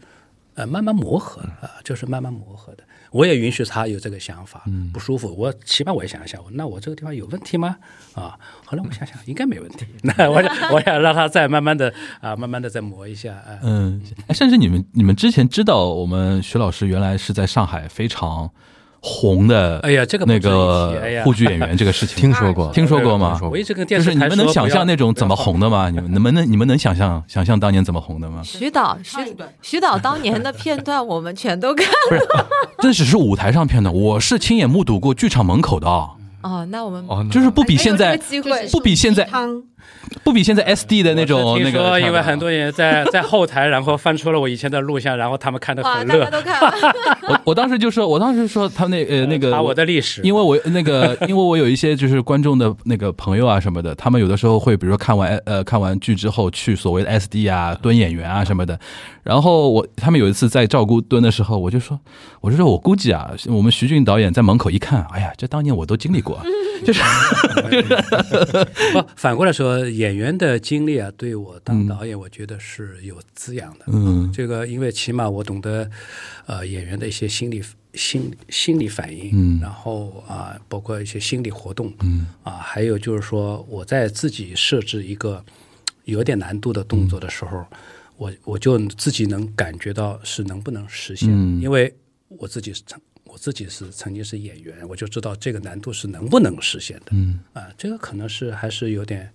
Speaker 3: 呃慢慢磨合
Speaker 2: 嗯
Speaker 3: 啊，就是慢慢磨合的。我也允许他有这个想法，
Speaker 2: 嗯
Speaker 3: 不舒服，我起码我也想一想，那我这个地方有问题吗？啊，后来我想想应该没问题， 那我想我想让他再慢慢的啊，慢慢的再磨一下啊。
Speaker 2: 嗯，哎甚至你们你们之前知道我们徐老师原来是在上海非常红的，
Speaker 3: 哎呀这个不
Speaker 2: 那
Speaker 3: 值一提哎
Speaker 2: 个
Speaker 3: 呀
Speaker 2: 沪剧演员这个事情，
Speaker 5: 听说过，
Speaker 2: 听说过吗？
Speaker 3: 我一直跟电
Speaker 2: 就
Speaker 3: 视
Speaker 2: 是
Speaker 3: 台
Speaker 2: 你们能
Speaker 3: 说不要
Speaker 2: 想象那种怎么红的吗？你们能不能你们能想象想象当年怎么红的吗？
Speaker 6: 徐导，
Speaker 4: 唱一
Speaker 6: 徐
Speaker 4: 段
Speaker 6: 徐导当年的片段我们全都看
Speaker 2: 不是， 这只是舞台上片段，我是亲眼目睹过剧场门口的啊，
Speaker 6: 哦，那我们
Speaker 5: 哦，
Speaker 2: 嗯就是不比
Speaker 6: 还有
Speaker 2: 现在
Speaker 6: 这个机会
Speaker 2: 不比现在
Speaker 4: 汤
Speaker 2: 不比现在 SD 的那种
Speaker 3: 我是
Speaker 2: 那
Speaker 3: 听
Speaker 2: 个差，
Speaker 3: 说因为
Speaker 2: 的
Speaker 3: 很多人在在后台，然后翻出了我以前的录像，然后他们看得
Speaker 6: 哇，
Speaker 3: 很
Speaker 6: 大
Speaker 3: 乐
Speaker 6: 家，都看 了，
Speaker 2: 啊我我当时就说，我当时说他那呃那个
Speaker 3: 把我的历史，
Speaker 2: 因为我那个，因为我有一些就是观众的那个朋友啊什么的，他们有的时候会比如说看完呃看完剧之后去所谓的 SD 啊蹲演员啊什么的，然后我他们有一次在照顾蹲的时候，我就说我就说我估计啊，我们徐俊导演在门口一看，哎呀，这当年我都经历过，
Speaker 3: 不反过来说，演员的经历啊，对我当导演，我觉得是有滋养的。
Speaker 2: 嗯
Speaker 3: 这个因为起码我懂得，呃，演员的一些心理心心理反应，
Speaker 2: 嗯
Speaker 3: 然后啊、包括一些心理活动，
Speaker 2: 嗯
Speaker 3: 啊、还有就是说，我在自己设置一个有点难度的动作的时候，
Speaker 2: 嗯
Speaker 3: 我我就自己能感觉到是能不能实现，
Speaker 2: 嗯
Speaker 3: 因为我自己是曾我自己是曾经是演员，我就知道这个难度是能不能实现的。
Speaker 2: 嗯
Speaker 3: 啊，这个可能是还是有点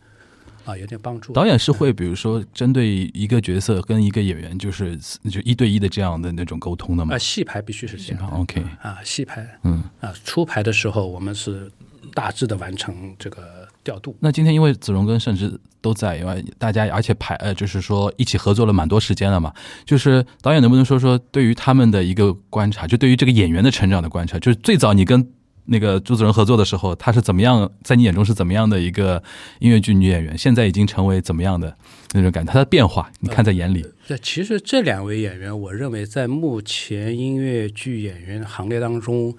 Speaker 3: 啊，有点帮助。
Speaker 2: 导演是会比如说针对一个角色跟一个演员，就是就一对一的这样的那种沟通的吗
Speaker 3: 啊，？戏排必须是这样的。
Speaker 2: OK
Speaker 3: 啊，戏排，
Speaker 2: 嗯，
Speaker 3: 啊，出牌的时候我们是大致的完成这个调度。
Speaker 2: 那今天因为子荣跟盛之都在，因为大家而且排呃，就是说一起合作了蛮多时间了嘛。就是导演能不能说说对于他们的一个观察，就对于这个演员的成长的观察，就是最早你跟那个朱子荣合作的时候，他是怎么样，在你眼中是怎么样的一个音乐剧女演员，现在已经成为怎么样的那种感觉，她的变化你看在眼里。
Speaker 3: 那其实这两位演员，我认为在目前音乐剧演员行列当中，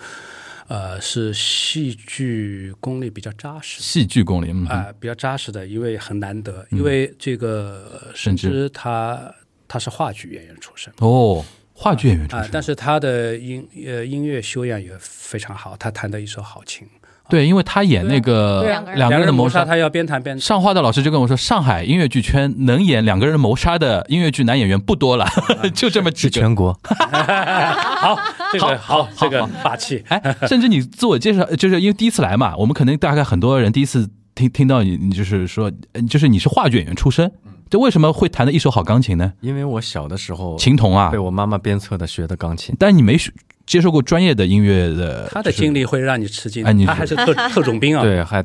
Speaker 3: 呃，是戏剧功力比较扎实的。
Speaker 2: 戏剧功力，嗯，嗯
Speaker 3: 啊、比较扎实的，因为很难得，因为这个呃
Speaker 2: 甚
Speaker 3: 甚
Speaker 2: 至
Speaker 3: 至他他是话剧演员出身
Speaker 2: 哦，话剧演员出
Speaker 3: 啊、
Speaker 2: 身，
Speaker 3: 但是他的音呃音乐修养也非常好，他弹的一手好琴，
Speaker 2: 对，因为他演那个
Speaker 6: 对两个人
Speaker 2: 两个人的
Speaker 3: 人
Speaker 2: 谋
Speaker 3: 谋
Speaker 2: 杀，
Speaker 3: 他要边弹边
Speaker 2: 上画的老师就跟我说，上海音乐剧圈能演两个人谋杀的音乐剧男演员不多了，就这么几
Speaker 5: 是
Speaker 2: 个。
Speaker 5: 全国，
Speaker 3: 好，这个好，这个
Speaker 2: 好
Speaker 3: 霸气。
Speaker 2: 哎， 甚至你自我介绍，就是因为第一次来嘛，我们可能大概很多人第一次听听到你，你就是说，呃就是你是话剧演员出身，这为什么会弹的一手好钢琴呢？
Speaker 5: 因为我小的时候
Speaker 2: 琴童啊
Speaker 5: 被，我妈妈鞭策的学的钢琴，
Speaker 2: 但你没学接受过专业的音乐的，
Speaker 3: 他的经历会让你吃惊
Speaker 2: 哎你，
Speaker 3: 他还是特特种兵啊，
Speaker 5: 对，还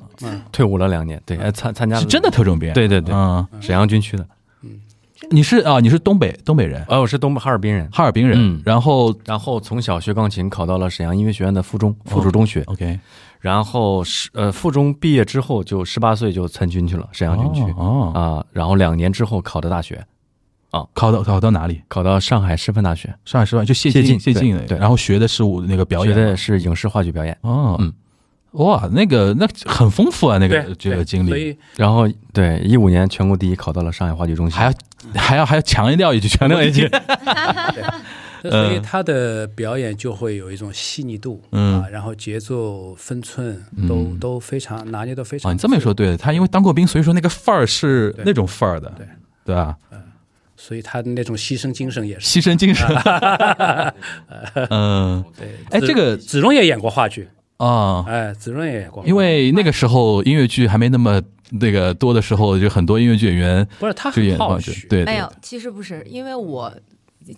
Speaker 5: 退伍了两年，对，还参参加了
Speaker 2: 是真的特种兵。
Speaker 5: 对对对
Speaker 2: 嗯，
Speaker 5: 沈阳军区的，
Speaker 2: 你是啊，你是东北东北人，
Speaker 5: 呃，我是东北哈尔滨人，
Speaker 2: 哈尔滨人
Speaker 5: 嗯，
Speaker 2: 然后
Speaker 5: 然后从小学钢琴，考到了沈阳音乐学院的附中附属中学，
Speaker 2: OK，
Speaker 5: 然后十呃附中毕业之后就十八岁就参军去了，沈阳军区啊、
Speaker 2: 哦，哦
Speaker 5: 然后两年之后考的大学，
Speaker 2: 考到考到哪里？
Speaker 5: 考到上海师范大学，
Speaker 2: 上海师范就谢
Speaker 5: 谢
Speaker 2: 晋
Speaker 5: 晋
Speaker 2: 谢晋的，
Speaker 5: 对对
Speaker 2: 然后学的是我那个表
Speaker 5: 学
Speaker 2: 演嘛，
Speaker 5: 的是影视话剧表演，
Speaker 2: 哦，
Speaker 5: 嗯，
Speaker 2: 哇，那个那很丰富啊，那
Speaker 3: 对，
Speaker 2: 个这个
Speaker 3: 对
Speaker 2: 经
Speaker 3: 所
Speaker 2: 历，
Speaker 3: 以
Speaker 5: 然后对一五年全国第一考到了上海话剧中心，
Speaker 2: 还要还要还要强调一句，强调一句，
Speaker 3: 所以他的表演就会有一种细腻度
Speaker 2: 嗯
Speaker 3: 啊，然后节奏分寸都都非常拿捏的非
Speaker 2: 哦，
Speaker 3: 常。
Speaker 2: 你这么一说，，对了，他因为当过兵，所以说那个范儿是那种范儿的，
Speaker 3: 对
Speaker 2: 对吧？
Speaker 3: 所以他的那种牺牲精神也是。
Speaker 2: 牺牲精
Speaker 3: 啊
Speaker 2: 神，嗯，哎，
Speaker 3: 子
Speaker 2: 这个
Speaker 3: 子荣也演过话剧，
Speaker 2: 啊，
Speaker 3: 哎，子荣也演过话剧，
Speaker 2: 因为那个时候音乐剧还没那么那个多的时候，就很多音乐剧演员
Speaker 3: 不是他
Speaker 2: 就
Speaker 3: 很
Speaker 2: 演
Speaker 3: 好
Speaker 2: 话剧
Speaker 3: 学，，
Speaker 2: 对，
Speaker 6: 没
Speaker 2: 对
Speaker 6: 有，其实不是，因为我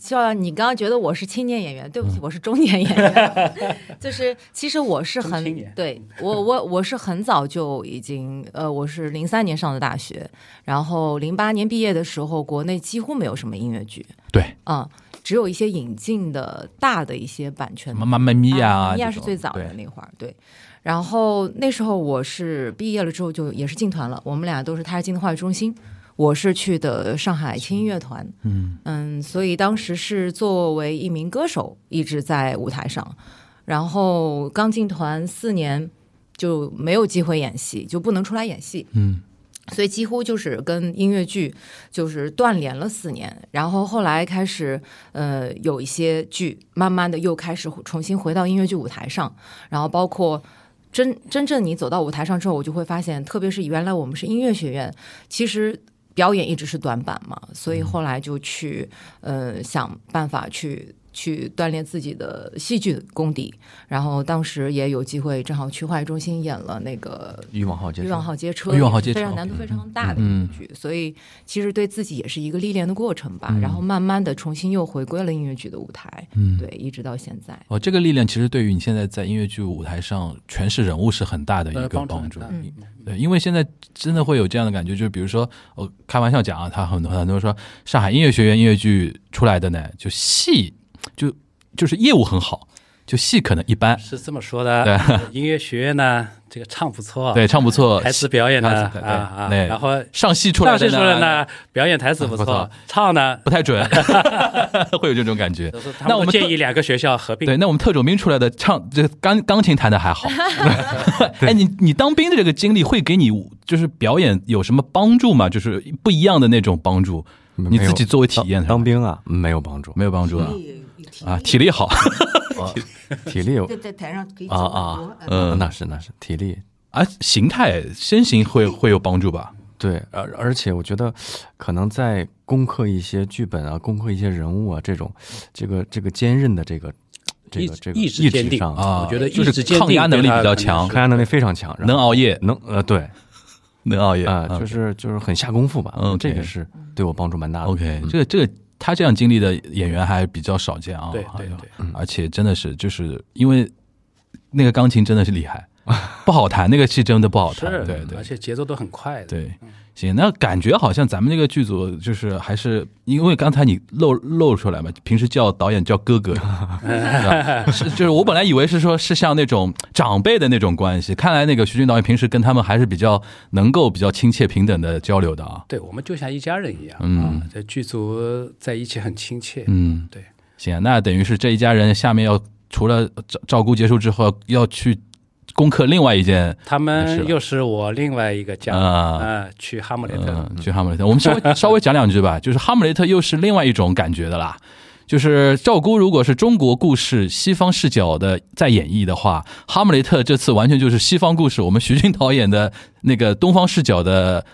Speaker 6: 就你刚刚觉得我是青年演员，对不起，我是中年演员，就是其实我是
Speaker 3: 中
Speaker 6: 很
Speaker 3: 青年
Speaker 6: 对我我我是很早就已经呃，我是零三年上的大学，然后零八年毕业的时候，国内几乎没有什么音乐剧，
Speaker 2: 对，
Speaker 6: 嗯，只有一些引进的大的一些版权
Speaker 2: 什么妈妈咪呀，
Speaker 6: 啊，米娅
Speaker 2: 这
Speaker 6: 是
Speaker 2: 种
Speaker 6: 最早的
Speaker 2: 对
Speaker 6: 那会儿，对。然后那时候我是毕业了之后就也是进团了，我们俩都是他是进的话剧中心，我是去的上海轻音乐团，嗯所以当时是作为一名歌手一直在舞台上，然后刚进团四年就没有机会演戏，就不能出来演戏，
Speaker 2: 嗯。
Speaker 6: 所以几乎就是跟音乐剧就是断联了四年，然后后来开始呃有一些剧，慢慢的又开始重新回到音乐剧舞台上，然后包括。真真正你走到舞台上之后，我就会发现，特别是原来我们是音乐学院，其实表演一直是短板嘛，所以后来就去呃想办法去去锻炼自己的戏剧功底。然后当时也有机会，正好去话剧中心演了那个
Speaker 5: 欲望号接
Speaker 6: 欲
Speaker 5: 触
Speaker 6: 望号街车，
Speaker 2: 欲望号街车嗯
Speaker 6: 非常难度非常大的一个剧，所以其实对自己也是一个历练的过程吧。然后慢慢的重新又回归了音乐剧的舞台，
Speaker 2: 嗯
Speaker 6: 对，一直到现在。
Speaker 2: 哦，这个力量其实对于你现在在音乐剧舞台上诠释人物是很大的一
Speaker 3: 呃
Speaker 2: 个
Speaker 3: 帮助
Speaker 2: 帮
Speaker 3: 很
Speaker 2: 助
Speaker 3: 大。
Speaker 2: 嗯对，因为现在真的会有这样的感觉，就是比如说，我、开玩笑讲啊，他很多很多人说上海音乐学院音乐剧出来的呢，就戏就就是业务很好，就戏可能一般，
Speaker 3: 是这么说的。音乐学院呢，这个唱不错，
Speaker 2: 对，唱不错，
Speaker 3: 台词表演呢
Speaker 2: 台词对
Speaker 3: 啊啊，
Speaker 2: 对
Speaker 3: 然后
Speaker 2: 上戏出来
Speaker 3: 上
Speaker 2: 的
Speaker 3: 去
Speaker 2: 呢啊
Speaker 3: 说了呢，表演台词不
Speaker 2: 不错
Speaker 3: 错，唱呢，
Speaker 2: 不太准， 会有这种感觉。
Speaker 3: 他
Speaker 2: 那我们特
Speaker 3: 建议两个学校合并。
Speaker 2: 对，那我们特种兵出来的唱这钢钢琴弹的还 好。哎，你你当兵的这个经历会给你就是表演有什么帮助吗？就是不一样的那种帮助，
Speaker 5: 没
Speaker 2: 你
Speaker 5: 有
Speaker 2: 自己作为体验
Speaker 5: 当当兵嗯啊没有帮助，
Speaker 2: 没有帮助啊啊，体
Speaker 4: 力
Speaker 2: 力好
Speaker 5: 体力
Speaker 4: 在在台上可以走
Speaker 5: 啊
Speaker 4: 很
Speaker 5: 啊
Speaker 4: 多，
Speaker 5: 嗯、那是那是体力
Speaker 2: 啊，形态身形会会有帮助吧？
Speaker 5: 对，而而且我觉得，可能在攻克一些剧本啊，攻克一些人物啊这种，这个这个坚韧的这个这
Speaker 3: 意
Speaker 5: 个
Speaker 3: 志
Speaker 5: 这个
Speaker 3: 意志
Speaker 5: 意
Speaker 3: 坚
Speaker 5: 志
Speaker 3: 定
Speaker 5: 上啊
Speaker 2: 啊
Speaker 3: 我觉得
Speaker 2: 就是
Speaker 3: 意志坚定
Speaker 2: 抗压能力比较强
Speaker 5: 抗压能力非常强，然后
Speaker 2: 能熬夜，
Speaker 5: 能呃对，
Speaker 2: 能熬夜
Speaker 5: 啊，
Speaker 2: 啊
Speaker 5: 就是就是很下功夫吧。
Speaker 2: 嗯 OK
Speaker 5: 这个是对我帮助蛮大的。
Speaker 2: OK，这个这个他这样经历的演员还比较少见啊，
Speaker 3: 对对对，
Speaker 5: 嗯
Speaker 2: 而且真的是就是因为那个钢琴真的是厉 害，不好弹，那个是真的不好弹，
Speaker 3: 是，
Speaker 2: 对对
Speaker 3: 而且节奏都很快的，
Speaker 2: 对。行，那感觉好像咱们这个剧组就是还是因为刚才你露露出来嘛，平时叫导演叫哥哥，是吧是就是我本来以为是说是像那种长辈的那种关系，看来那个徐军导演平时跟他们还是比较能够比较亲切平等的交流的啊。
Speaker 3: 对，我们就像一家人一样，
Speaker 2: 嗯
Speaker 3: 啊，这剧组在一起很亲切，
Speaker 2: 嗯，
Speaker 3: 对，
Speaker 2: 行啊，那等于是这一家人下面要除了照照顾结束之后，要去攻克另外一件，
Speaker 3: 他
Speaker 2: 是
Speaker 3: 们
Speaker 2: 吧
Speaker 3: 又是我另外一个家
Speaker 2: 啊
Speaker 3: 啊，去哈姆雷特，
Speaker 2: 嗯，去哈姆雷特。我们稍微稍微讲两句吧，就是哈姆雷特又是另外一种感觉的啦。就是赵姑，如果是中国故事西方视角的在演绎的话，《哈姆雷特》这次完全就是西方故事，我们徐军导演的那个东方视角的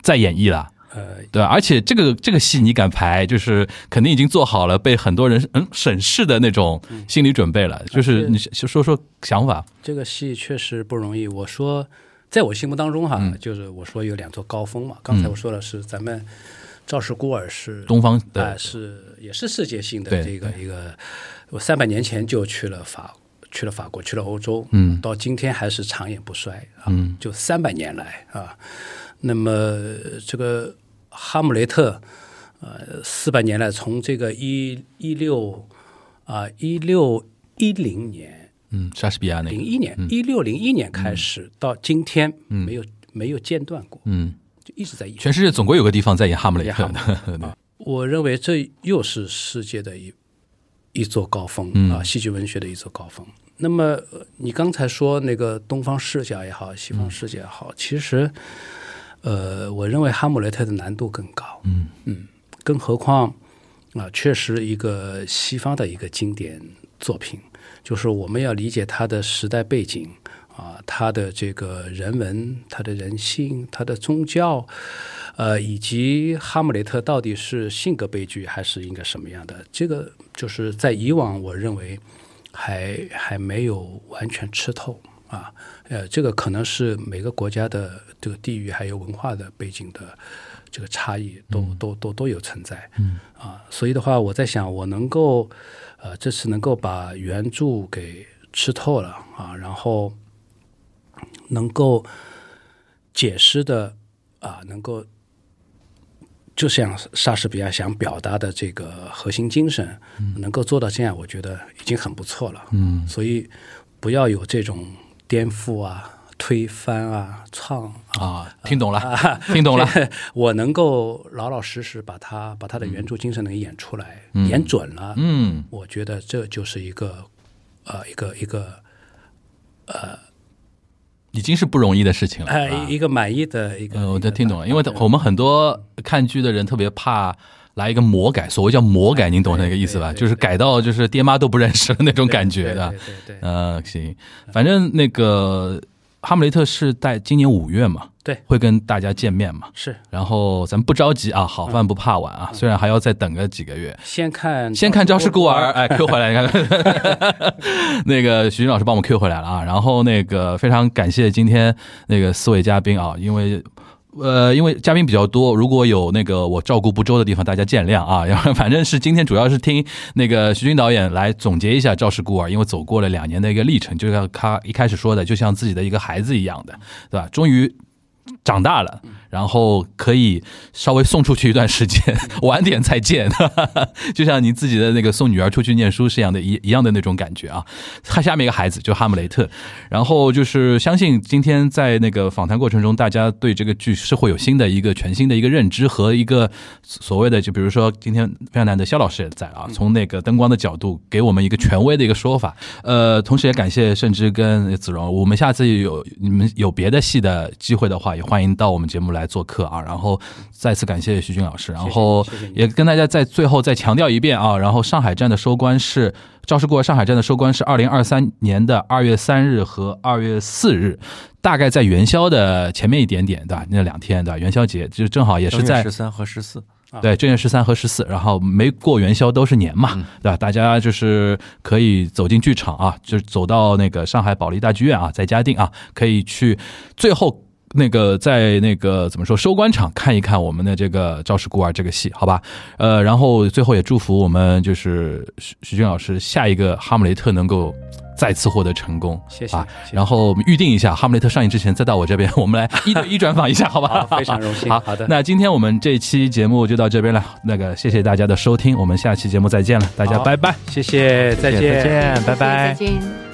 Speaker 2: 在演绎啦。
Speaker 3: 呃，
Speaker 2: 对，而且这个这个戏你敢排，就是肯定已经做好了被很多人嗯审视的那种心理准备了。就是你说说说想法，
Speaker 3: 这个戏确实不容易。我说，在我心目当中哈，
Speaker 2: 嗯
Speaker 3: 就是我说有两座高峰嘛。刚才我说的是咱们赵氏孤儿是
Speaker 2: 东方
Speaker 3: 啊、
Speaker 2: 的
Speaker 3: 是也是世界性的
Speaker 2: 对
Speaker 3: 这个一个，我三百年前就去了法。去了法国，去了欧洲，
Speaker 2: 嗯
Speaker 3: 到今天还是长演不衰啊，
Speaker 2: 嗯
Speaker 3: 就三百年来啊。那么呃这个哈姆雷特，呃，四百年来，从这个一一六啊一六一零年
Speaker 2: 嗯莎士比亚那
Speaker 3: 零
Speaker 2: 个
Speaker 3: 一年，一六零一年
Speaker 2: 嗯
Speaker 3: 开始到今天，没有没有间断过，
Speaker 2: 嗯，
Speaker 3: 就一直在演。
Speaker 2: 全世界总归有个地方在演哈姆雷特
Speaker 3: 演
Speaker 2: 的，
Speaker 3: 啊我认为这又是世界的一一座高峰、啊，戏剧文学的一座高峰。那么呃你刚才说那个东方视角也好，西方视角也好，其实，呃，我认为《哈姆雷特》的难度更高。嗯更何况啊、确实一个西方的一个经典作品，就是我们要理解它的时代背景啊、它的这个人文、它的人性、它的宗教，呃，以及哈姆雷特到底是性格悲剧还是应该什么样的？这个就是在以往，我认为还还没有完全吃透啊。呃，这个可能是每个国家的这个地域还有文化的背景的这个差异都、都都都有存在。嗯啊，所以的话，我在想，我能够呃这次能够把原著给吃透了啊，然后能够解释的啊，能够就像莎士比亚想表达的这个核心精神，
Speaker 2: 嗯
Speaker 3: 能够做到这样，我觉得已经很不错了。嗯，所以不要有这种颠覆啊、推翻啊、创
Speaker 2: 啊，听懂了， 听懂了，
Speaker 3: 我能够老老实实把它把它的原著精神能演出来，演准了，
Speaker 2: 嗯，
Speaker 3: 我觉得这就是一个呃一个一个
Speaker 2: 已经是不容易的事情了。
Speaker 3: 哎、
Speaker 2: 是吧
Speaker 3: 一个满意的一个，
Speaker 2: 呃，我都听懂了，因为我们很多看剧的人特别怕来一个魔改，所谓叫魔改，您懂那个意思吧？就是改到就是爹妈都不认识了那种感觉的。
Speaker 3: 对对对对
Speaker 2: 呃，行，反正那个哈姆雷特是在今年五月嘛，
Speaker 3: 对
Speaker 2: 会跟大家见面嘛。
Speaker 3: 是
Speaker 2: 然后咱们不着急啊，好饭
Speaker 3: 嗯
Speaker 2: 不怕晚啊，虽然还要再等个几个月。
Speaker 3: 先看
Speaker 2: 先看《赵氏孤儿》，
Speaker 3: 儿，
Speaker 2: 哎，Q 回来，你看，那个徐军老师帮我们 Q 回来了啊。然后那个非常感谢今天那个四位嘉宾啊，因为。呃，因为嘉宾比较多，如果有那个我照顾不周的地方，大家见谅啊。然 后反正是今天主要是听那个徐军导演来总结一下《赵氏孤儿》，因为走过了两年的一个历程，就像他一开始说的，就像自己的一个孩子一样的，对吧？终于长大了，然后可以稍微送出去一段时间， 晚点再见， 就像您自己的那个送女儿出去念书是一样的一一样的那种感觉啊。他下面一个孩子就哈姆雷特，然后就是相信今天在那个访谈过程中，大家对这个剧是会有新的一个全新的一个认知和一个所谓的，就比如说今天非常难得肖老师也在
Speaker 3: 嗯
Speaker 2: 啊，从那个灯光的角度给我们一个权威的一个说法。呃，同时也感谢甚至跟子荣，我们下次有你们有别的戏的机会的话，也欢迎到我们节目来做客啊。然后再次感谢徐军老师，然后
Speaker 3: 谢谢你
Speaker 2: 也跟大家在最后再强调一遍啊，然后上海站的收官是。赵氏孤儿上海站的收官是二零二三年的二月三日和二月四日，大概在元宵的前面一点点，对吧？那两天，对吧？元宵节就正好也是在
Speaker 5: 十三和十四，
Speaker 3: 啊
Speaker 2: 对正月十三和十四，然后没过元宵都是年
Speaker 3: 嗯
Speaker 2: 嘛，对吧？大家就是可以走进剧场啊，就是走到那个上海保利大剧院啊，在嘉定啊，可以去最后。那个在那个怎么说收官场看一看我们的这个《赵氏孤儿》这个戏，好吧？呃，然后最后也祝福我们就是徐徐军老师下一个《哈姆雷特》能够再次获得成功，
Speaker 3: 谢谢
Speaker 2: 啊
Speaker 3: 谢谢
Speaker 2: 然后我们预定一下《哈姆雷特》上映之前再到我这边，我们来一对一专访一下，好吧？
Speaker 3: 好非常荣幸
Speaker 2: 好，
Speaker 3: 好的
Speaker 2: 那今天我们这期节目就到这边了，那个谢谢大家的收听，我们下期节目再见了，大家
Speaker 3: 好
Speaker 2: 拜拜。
Speaker 3: 谢谢，再
Speaker 5: 再见，拜拜
Speaker 6: 再。见。